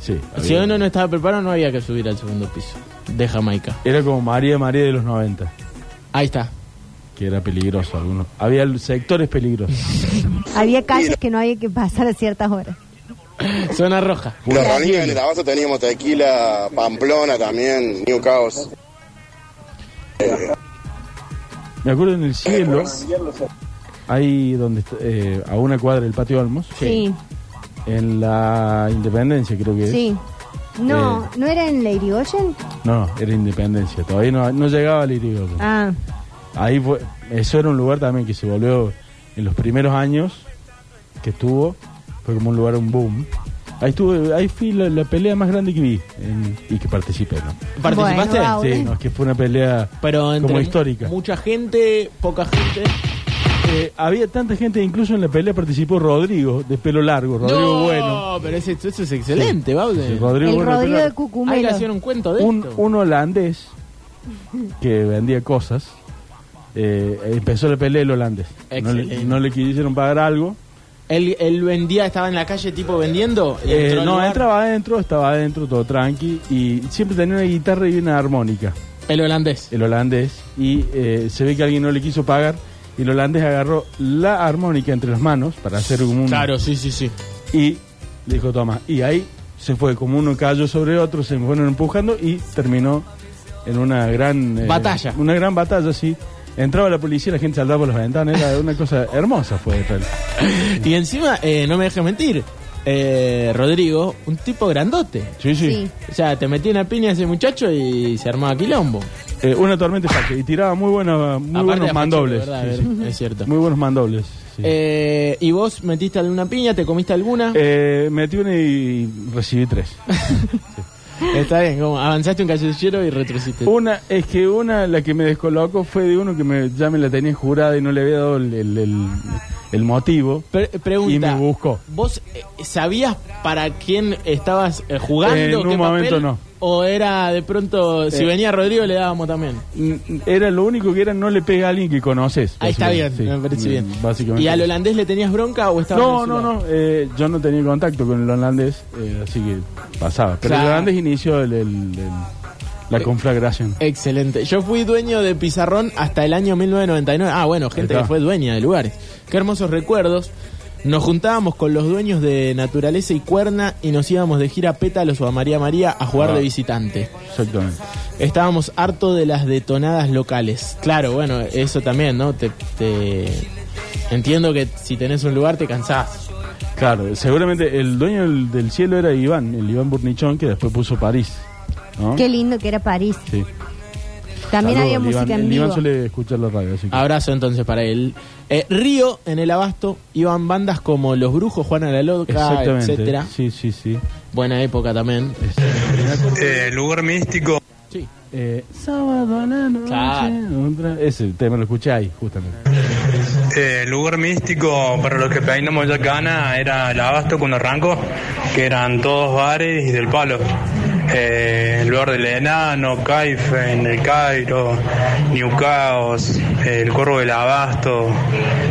[SPEAKER 2] Sí,
[SPEAKER 3] Si
[SPEAKER 2] había-
[SPEAKER 3] uno no estaba preparado, no había que subir al segundo piso de Jamaica.
[SPEAKER 2] Era como María María de los 90,
[SPEAKER 3] Ahí está.
[SPEAKER 2] que era peligroso. Algunos. Había sectores peligrosos.
[SPEAKER 1] Había calles que no había que pasar a ciertas horas.
[SPEAKER 3] Zona roja.
[SPEAKER 6] Los ranillos en el abasto teníamos Tequila, Pamplona también, New Caos.
[SPEAKER 2] Me acuerdo en el cielo, ahí donde está, eh, a una cuadra del patio Olmos,
[SPEAKER 1] Sí,
[SPEAKER 2] en la Independencia creo que
[SPEAKER 1] sí.
[SPEAKER 2] es. Eh.
[SPEAKER 1] No, ¿no era en la Irigoyen?
[SPEAKER 2] No, era Independencia, todavía no, no llegaba al Irigoyen.
[SPEAKER 1] Ah,
[SPEAKER 2] Ahí fue, eso era un lugar también que se volvió en los primeros años que estuvo, fue como un lugar, un boom. Ahí estuve, ahí fui la, la pelea más grande que vi en- y que participé, ¿no?
[SPEAKER 3] ¿Participaste?
[SPEAKER 1] Bueno, wow.
[SPEAKER 2] Sí, no, es que fue una pelea
[SPEAKER 3] Pero entre
[SPEAKER 2] como
[SPEAKER 3] mu-
[SPEAKER 2] histórica.
[SPEAKER 3] Mucha gente, poca gente.
[SPEAKER 2] Eh, había tanta gente, incluso en la pelea participó Rodrigo, de pelo largo, Rodrigo
[SPEAKER 3] no,
[SPEAKER 2] Bueno.
[SPEAKER 3] pero ese, eso es excelente, Baude.
[SPEAKER 2] Sí, Rodrigo
[SPEAKER 1] el
[SPEAKER 2] Bueno, de pelo
[SPEAKER 1] Rodrigo de
[SPEAKER 2] largo.
[SPEAKER 3] Hay que
[SPEAKER 1] Cucumelo.
[SPEAKER 3] hacer un cuento de
[SPEAKER 2] un,
[SPEAKER 3] esto.
[SPEAKER 2] un holandés que vendía cosas. eh, empezó la pelea el holandés. No le,
[SPEAKER 3] Excelente.
[SPEAKER 2] no le quisieron pagar algo.
[SPEAKER 3] Él, él vendía, estaba en la calle tipo vendiendo. y
[SPEAKER 2] Eh,
[SPEAKER 3] entró al
[SPEAKER 2] no,
[SPEAKER 3] lugar.
[SPEAKER 2] entraba adentro, estaba adentro, todo tranqui. Y siempre tenía una guitarra y una armónica,
[SPEAKER 3] El holandés.
[SPEAKER 2] el holandés. Y eh, se ve que alguien no le quiso pagar. Y el holandés agarró la armónica entre las manos para hacer como un.
[SPEAKER 3] Claro, sí, sí, sí.
[SPEAKER 2] Y le dijo Tomás. Y ahí se fue, como uno cayó sobre otro, se fueron empujando y terminó en una gran. eh,
[SPEAKER 3] Batalla.
[SPEAKER 2] Una gran batalla, sí. Entraba la policía, la gente saltaba por las ventanas. Era una cosa hermosa, fue tal.
[SPEAKER 3] Y encima, eh, no me dejes mentir, eh, Rodrigo, un tipo grandote.
[SPEAKER 2] Sí, sí.
[SPEAKER 1] Sí.
[SPEAKER 3] O sea, te metí una piña ese muchacho y se armaba quilombo.
[SPEAKER 2] Eh, una tormenta de facha, y tiraba muy, buena, muy
[SPEAKER 3] Aparte
[SPEAKER 2] buenos
[SPEAKER 3] de
[SPEAKER 2] mandobles.
[SPEAKER 3] Facho, de verdad,
[SPEAKER 2] Sí, sí.
[SPEAKER 3] ver, Es cierto.
[SPEAKER 2] Muy buenos mandobles. sí.
[SPEAKER 3] Eh, ¿Y vos metiste alguna piña? ¿Te comiste alguna?
[SPEAKER 2] Eh, metí una y recibí tres.
[SPEAKER 3] Está bien, como avanzaste un callejero y retrocediste.
[SPEAKER 2] Una, es que una, la que me descolocó fue de uno que me, ya me la tenía jurada y no le había dado el, el- el- el motivo.
[SPEAKER 3] Pre- pregunta.
[SPEAKER 2] Y me buscó.
[SPEAKER 3] ¿Vos eh, sabías para quién estabas eh, jugando?
[SPEAKER 2] En un
[SPEAKER 3] qué papel?
[SPEAKER 2] momento no.
[SPEAKER 3] ¿O era de pronto, si
[SPEAKER 2] Eh.
[SPEAKER 3] venía Rodrigo le dábamos también?
[SPEAKER 2] Mm, Era lo único que era no le pega a alguien que conoces.
[SPEAKER 3] Ahí está bien,
[SPEAKER 2] básicamente.
[SPEAKER 3] me
[SPEAKER 2] Sí,
[SPEAKER 3] parece
[SPEAKER 2] mm,
[SPEAKER 3] bien.
[SPEAKER 2] Básicamente.
[SPEAKER 3] ¿Y al holandés le tenías bronca o estabas
[SPEAKER 2] No,
[SPEAKER 3] en
[SPEAKER 2] no,
[SPEAKER 3] su lado?
[SPEAKER 2] no. eh, yo no tenía contacto con el holandés, eh, así que pasaba. Pero
[SPEAKER 3] Claro. Eh.
[SPEAKER 2] el holandés inició el- el- el- la conflagración.
[SPEAKER 3] Excelente. Yo fui dueño de Pizarrón hasta el año 1999. Ah, bueno, gente
[SPEAKER 2] Ahí
[SPEAKER 3] que
[SPEAKER 2] está.
[SPEAKER 3] fue dueña de lugares. Qué hermosos recuerdos. Nos juntábamos con los dueños de Naturaleza y Cuerna y nos íbamos de gira a Pétalos o a María María a jugar
[SPEAKER 2] Ah.
[SPEAKER 3] de visitante.
[SPEAKER 2] Exactamente.
[SPEAKER 3] Estábamos harto de las detonadas locales. Claro, bueno, eso también, ¿no? Te, te- Entiendo que si tenés un lugar te cansás.
[SPEAKER 2] Claro, seguramente el dueño del, del cielo era Iván, el Iván Burnichón, que después puso París. ¿no?
[SPEAKER 1] Qué lindo que era París.
[SPEAKER 2] Sí.
[SPEAKER 1] También
[SPEAKER 2] Saludo
[SPEAKER 1] había
[SPEAKER 2] al
[SPEAKER 1] música
[SPEAKER 2] Iván.
[SPEAKER 1] en
[SPEAKER 2] El
[SPEAKER 1] vivo.
[SPEAKER 2] Iván suele escuchar la radio, así que-
[SPEAKER 3] Abrazo entonces para él. Eh, Río, en el Abasto, iban bandas como Los Brujos, Juana la Loca,
[SPEAKER 2] Exactamente.
[SPEAKER 3] etcétera.
[SPEAKER 2] Sí, sí, sí.
[SPEAKER 3] Buena época también.
[SPEAKER 5] Eh, lugar místico.
[SPEAKER 3] Sí.
[SPEAKER 2] Eh, sábado a la noche.
[SPEAKER 3] Claro.
[SPEAKER 2] otra- Ese tema lo escuché ahí, justamente.
[SPEAKER 5] El Eh, lugar místico para los que peinan Moyacana era el Abasto con Arranco, que eran todos bares y del palo. Eh, el lugar del Enano, Caifen, El Cairo, Niucaos, el Corvo del Abasto.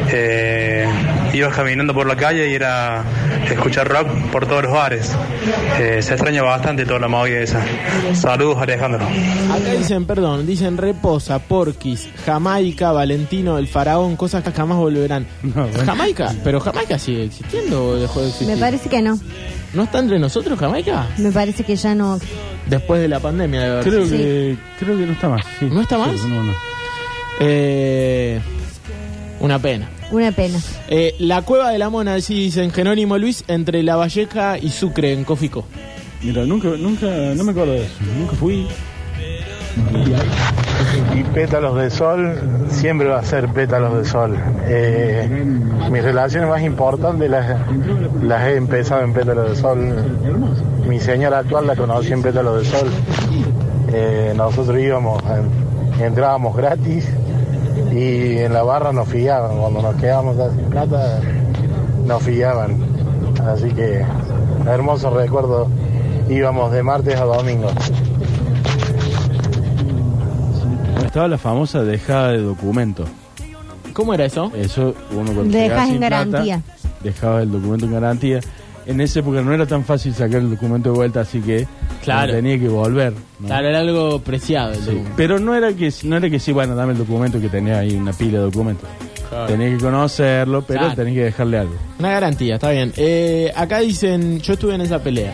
[SPEAKER 5] Eh, ibas caminando por la calle y era escuchar rock por todos los bares. Eh, se extraña bastante toda la movida esa. Saludos, Alejandro.
[SPEAKER 3] Acá dicen, perdón, dicen Reposa, Porquis, Jamaica, Valentino, El Faraón, cosas que jamás volverán.
[SPEAKER 2] No, bueno.
[SPEAKER 3] Jamaica, pero Jamaica sigue existiendo o dejó de existir.
[SPEAKER 1] Me parece que no.
[SPEAKER 3] ¿No está entre nosotros Jamaica?
[SPEAKER 1] Me parece que ya no.
[SPEAKER 3] Después de la pandemia, de verdad.
[SPEAKER 2] Creo
[SPEAKER 1] Sí.
[SPEAKER 2] que creo que no está más. sí.
[SPEAKER 3] Ah, ¿No está
[SPEAKER 2] Sí,
[SPEAKER 3] más?
[SPEAKER 2] no, no.
[SPEAKER 3] Eh, una pena.
[SPEAKER 1] Una pena.
[SPEAKER 3] Eh, la cueva de la mona, así dicen Genónimo Luis, entre La Valleja y Sucre, en Cofico.
[SPEAKER 2] Mira, nunca, nunca, no me acuerdo de eso. Nunca fui.
[SPEAKER 7] Y pétalos de sol siempre va a ser pétalos de sol. Eh, mis relaciones más importantes las, las he empezado en pétalos de sol. Mi señora actual la conocí en pétalos de sol. Eh, nosotros íbamos, en- entrábamos gratis y en la barra nos fiaban. Cuando nos quedábamos sin plata, nos fiaban. Así que, hermoso recuerdo. Íbamos de martes a domingo.
[SPEAKER 2] Estaba la famosa dejada de documento.
[SPEAKER 3] ¿Cómo era eso?
[SPEAKER 2] Eso uno cuando
[SPEAKER 1] Dejas
[SPEAKER 2] llegaba
[SPEAKER 1] en
[SPEAKER 2] sin plata,
[SPEAKER 1] garantía.
[SPEAKER 2] dejaba el documento en garantía. En esa época no era tan fácil sacar el documento de vuelta, así que
[SPEAKER 3] Claro.
[SPEAKER 2] no tenía que volver. ¿no?
[SPEAKER 3] Claro, era algo preciado. el
[SPEAKER 2] Sí.
[SPEAKER 3] documento.
[SPEAKER 2] Pero no era que no era que sí, bueno, dame el documento que tenía ahí una pila de documentos. Tenía que conocerlo, pero
[SPEAKER 3] Claro.
[SPEAKER 2] tenía que dejarle algo.
[SPEAKER 3] Una garantía, está bien. Eh, acá dicen, yo estuve en esa pelea.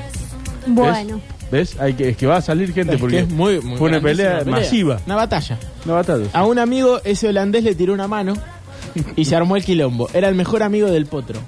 [SPEAKER 1] Bueno,
[SPEAKER 2] ¿Ves? Hay que, es que va a salir gente
[SPEAKER 3] Es
[SPEAKER 2] porque
[SPEAKER 3] que es muy, muy
[SPEAKER 2] fue una
[SPEAKER 3] grande, es
[SPEAKER 2] pelea, masiva.
[SPEAKER 3] Una Ah, batalla.
[SPEAKER 2] No batalla.
[SPEAKER 3] A un amigo, ese holandés le tiró una mano y se armó el quilombo. Era el mejor amigo del potro.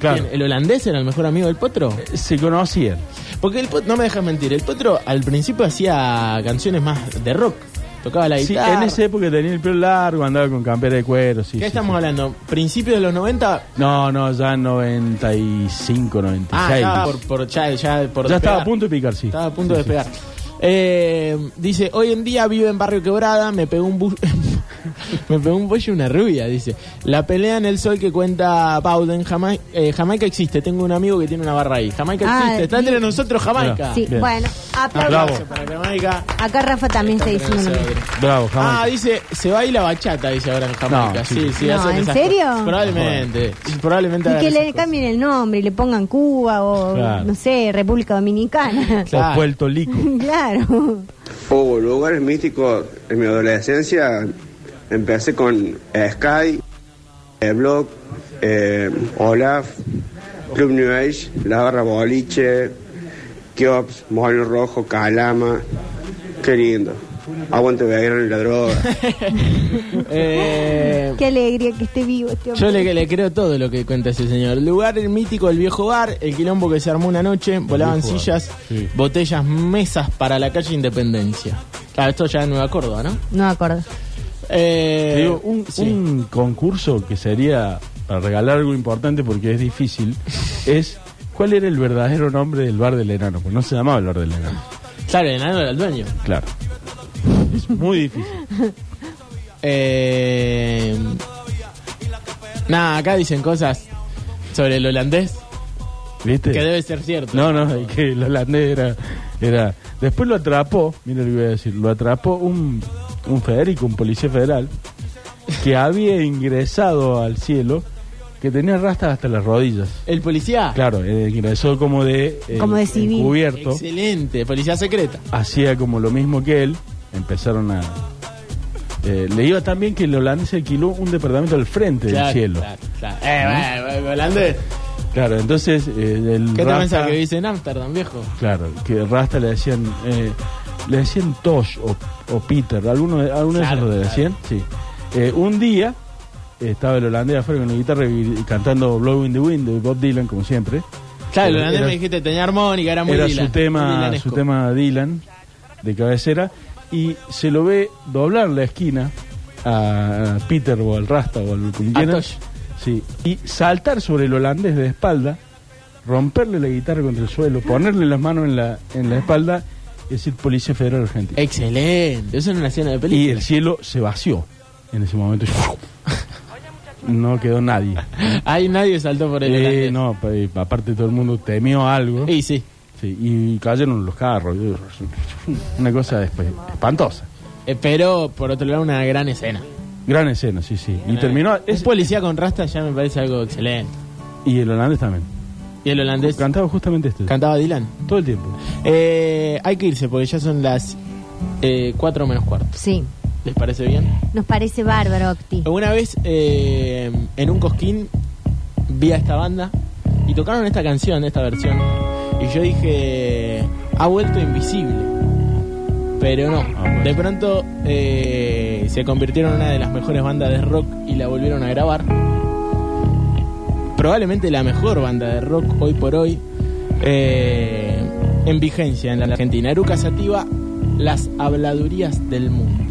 [SPEAKER 2] Claro.
[SPEAKER 3] ¿Quién? ¿El holandés era el mejor amigo del potro?
[SPEAKER 2] Se conocían.
[SPEAKER 3] Porque el potro, no me dejas mentir, el potro al principio hacía canciones más de rock. Tocaba la
[SPEAKER 2] Sí,
[SPEAKER 3] guitarra.
[SPEAKER 2] en esa época tenía el pelo largo, andaba con campera de cuero. Sí, sí,
[SPEAKER 3] ¿Qué estamos
[SPEAKER 2] sí.
[SPEAKER 3] hablando? ¿Principios de los 90?
[SPEAKER 2] No, no, ya en 95, 96.
[SPEAKER 3] Ah, ya, por, por- ya, ya, por
[SPEAKER 2] ya estaba
[SPEAKER 3] despegar.
[SPEAKER 2] a punto de picar, sí.
[SPEAKER 3] Estaba a punto
[SPEAKER 2] Sí,
[SPEAKER 3] de
[SPEAKER 2] sí.
[SPEAKER 3] despegar. Eh, dice, hoy en día vive en Barrio Quebrada, me pegó un bus... me pegó un bollo y una rubia, dice. La pelea en el sol que cuenta Bowden, Jama- eh, Jamaica existe. Tengo un amigo que tiene una barra ahí. Jamaica
[SPEAKER 1] Ah,
[SPEAKER 3] existe. Está
[SPEAKER 1] sí.
[SPEAKER 3] entre nosotros Jamaica.
[SPEAKER 1] Sí,
[SPEAKER 2] Bien. Ah,
[SPEAKER 1] bueno, aplausos.
[SPEAKER 2] Bravo.
[SPEAKER 3] Para Jamaica.
[SPEAKER 1] Acá Rafa también se hizo uno.
[SPEAKER 2] Bravo, jamás.
[SPEAKER 3] Ah, dice, se baila bachata, dice ahora en Jamaica.
[SPEAKER 2] No,
[SPEAKER 3] sí, sí,
[SPEAKER 2] sí.
[SPEAKER 1] No,
[SPEAKER 3] hacen
[SPEAKER 1] ¿en
[SPEAKER 3] esas
[SPEAKER 1] serio?
[SPEAKER 3] cosas. Probablemente. Probablemente.
[SPEAKER 1] Y
[SPEAKER 3] hagan
[SPEAKER 1] que
[SPEAKER 3] esas
[SPEAKER 1] le
[SPEAKER 3] cosas.
[SPEAKER 1] cambien el nombre y le pongan Cuba o,
[SPEAKER 2] Claro.
[SPEAKER 1] no sé, República Dominicana.
[SPEAKER 3] Claro.
[SPEAKER 2] O Puerto Rico.
[SPEAKER 1] claro.
[SPEAKER 5] Hubo lugares míticos en mi adolescencia. Empecé con eh, Sky, eh, Block, eh, Olaf, Club New Age, La Barra Boliche, Kiops, Molino Rojo, Calama. Qué lindo. Aguante Belgrano y la droga.
[SPEAKER 3] Eh,
[SPEAKER 1] Qué alegría que esté vivo este hombre.
[SPEAKER 3] Yo le, le creo todo lo que cuenta ese señor. El lugar el mítico, el viejo bar, el quilombo que se armó una noche, volaban
[SPEAKER 2] viejo bar,
[SPEAKER 3] sillas,
[SPEAKER 2] sí.
[SPEAKER 3] botellas, mesas para la calle Independencia. Claro, esto ya en Nueva Córdoba, ¿no?
[SPEAKER 1] No me acuerdo.
[SPEAKER 3] Eh,
[SPEAKER 2] Te digo, un,
[SPEAKER 3] sí.
[SPEAKER 2] un concurso que sería para regalar algo importante porque es difícil es cuál era el verdadero nombre del bar del enano, porque no se llamaba el bar del enano.
[SPEAKER 3] Claro, el enano era el dueño.
[SPEAKER 2] Claro. Es muy difícil.
[SPEAKER 3] Eh, Nada, acá dicen cosas sobre el holandés
[SPEAKER 2] ¿Viste?
[SPEAKER 3] que debe ser cierto.
[SPEAKER 2] No, no, es que el holandés era, era- Después lo atrapó, mira lo que voy a decir, lo atrapó un, un Federico, un policía federal, que había ingresado al cielo, que tenía rastas hasta las rodillas.
[SPEAKER 3] El policía.
[SPEAKER 2] Claro, eh, ingresó como de... eh,
[SPEAKER 1] Como de civil.
[SPEAKER 2] encubierto.
[SPEAKER 3] Excelente, policía secreta.
[SPEAKER 2] hacía como lo mismo que él, empezaron a... eh, le iba tan bien que el holandés alquiló un departamento al frente
[SPEAKER 3] Claro,
[SPEAKER 2] del cielo.
[SPEAKER 3] claro, claro. Eh, bueno, bueno, holandés.
[SPEAKER 2] Claro, entonces eh, el
[SPEAKER 3] ¿Qué te
[SPEAKER 2] Rasta-
[SPEAKER 3] pensás que vivís en Amsterdam, viejo?
[SPEAKER 2] Claro, que Rasta le decían... eh, le decían Tosh o, o Peter, alguno, de- alguno
[SPEAKER 3] Claro,
[SPEAKER 2] de esos le
[SPEAKER 3] claro.
[SPEAKER 2] decían, sí. Eh, un día eh, estaba el holandés afuera con la guitarra y, y cantando Blowing the Wind de Bob Dylan, como siempre.
[SPEAKER 3] Claro, el
[SPEAKER 2] Era-
[SPEAKER 3] holandés
[SPEAKER 2] era-
[SPEAKER 3] me dijiste tenía armónica, era muy
[SPEAKER 2] era
[SPEAKER 3] Dylan,
[SPEAKER 2] su tema
[SPEAKER 3] Dylanesco.
[SPEAKER 2] su tema Dylan de cabecera y se lo ve doblar la esquina a Peter o al Rasta o al quien
[SPEAKER 3] A
[SPEAKER 2] quiera.
[SPEAKER 3] Tosh.
[SPEAKER 2] sí y saltar sobre el holandés de espalda romperle la guitarra contra el suelo ponerle las manos en la en la espalda y decir policía federal argentina
[SPEAKER 3] Excelente, eso es una escena de
[SPEAKER 2] y
[SPEAKER 3] película.
[SPEAKER 2] el cielo se vació en ese momento no quedó nadie
[SPEAKER 3] Ahí nadie saltó por el
[SPEAKER 2] Eh,
[SPEAKER 3] holandés.
[SPEAKER 2] no pa- eh, aparte todo el mundo temió algo
[SPEAKER 3] Y sí.
[SPEAKER 2] Sí, y cayeron los carros. Una cosa esp- espantosa.
[SPEAKER 3] Eh, pero, por otro lado, una gran escena.
[SPEAKER 2] Gran escena, sí, sí. Y terminó.
[SPEAKER 3] Es
[SPEAKER 2] es-
[SPEAKER 3] policía con rasta ya me parece algo excelente.
[SPEAKER 2] y el holandés también.
[SPEAKER 3] Y el holandés
[SPEAKER 2] Cantaba justamente esto.
[SPEAKER 3] cantaba Dylan.
[SPEAKER 2] todo el tiempo.
[SPEAKER 3] Eh, hay que irse porque ya son las 4 menos cuarto.
[SPEAKER 1] Sí.
[SPEAKER 3] ¿Les parece bien?
[SPEAKER 1] Nos parece bárbaro, Octi.
[SPEAKER 3] Una vez eh, en un cosquín vi a esta banda y tocaron esta canción, esta versión. Y yo dije, ha vuelto invisible. Pero no,
[SPEAKER 2] bueno.
[SPEAKER 3] de pronto eh, se convirtieron en una de las mejores bandas de rock y la volvieron a grabar. Probablemente la mejor banda de rock hoy por hoy eh, en vigencia en la Argentina. Eruca Sativa, las habladurías del mundo.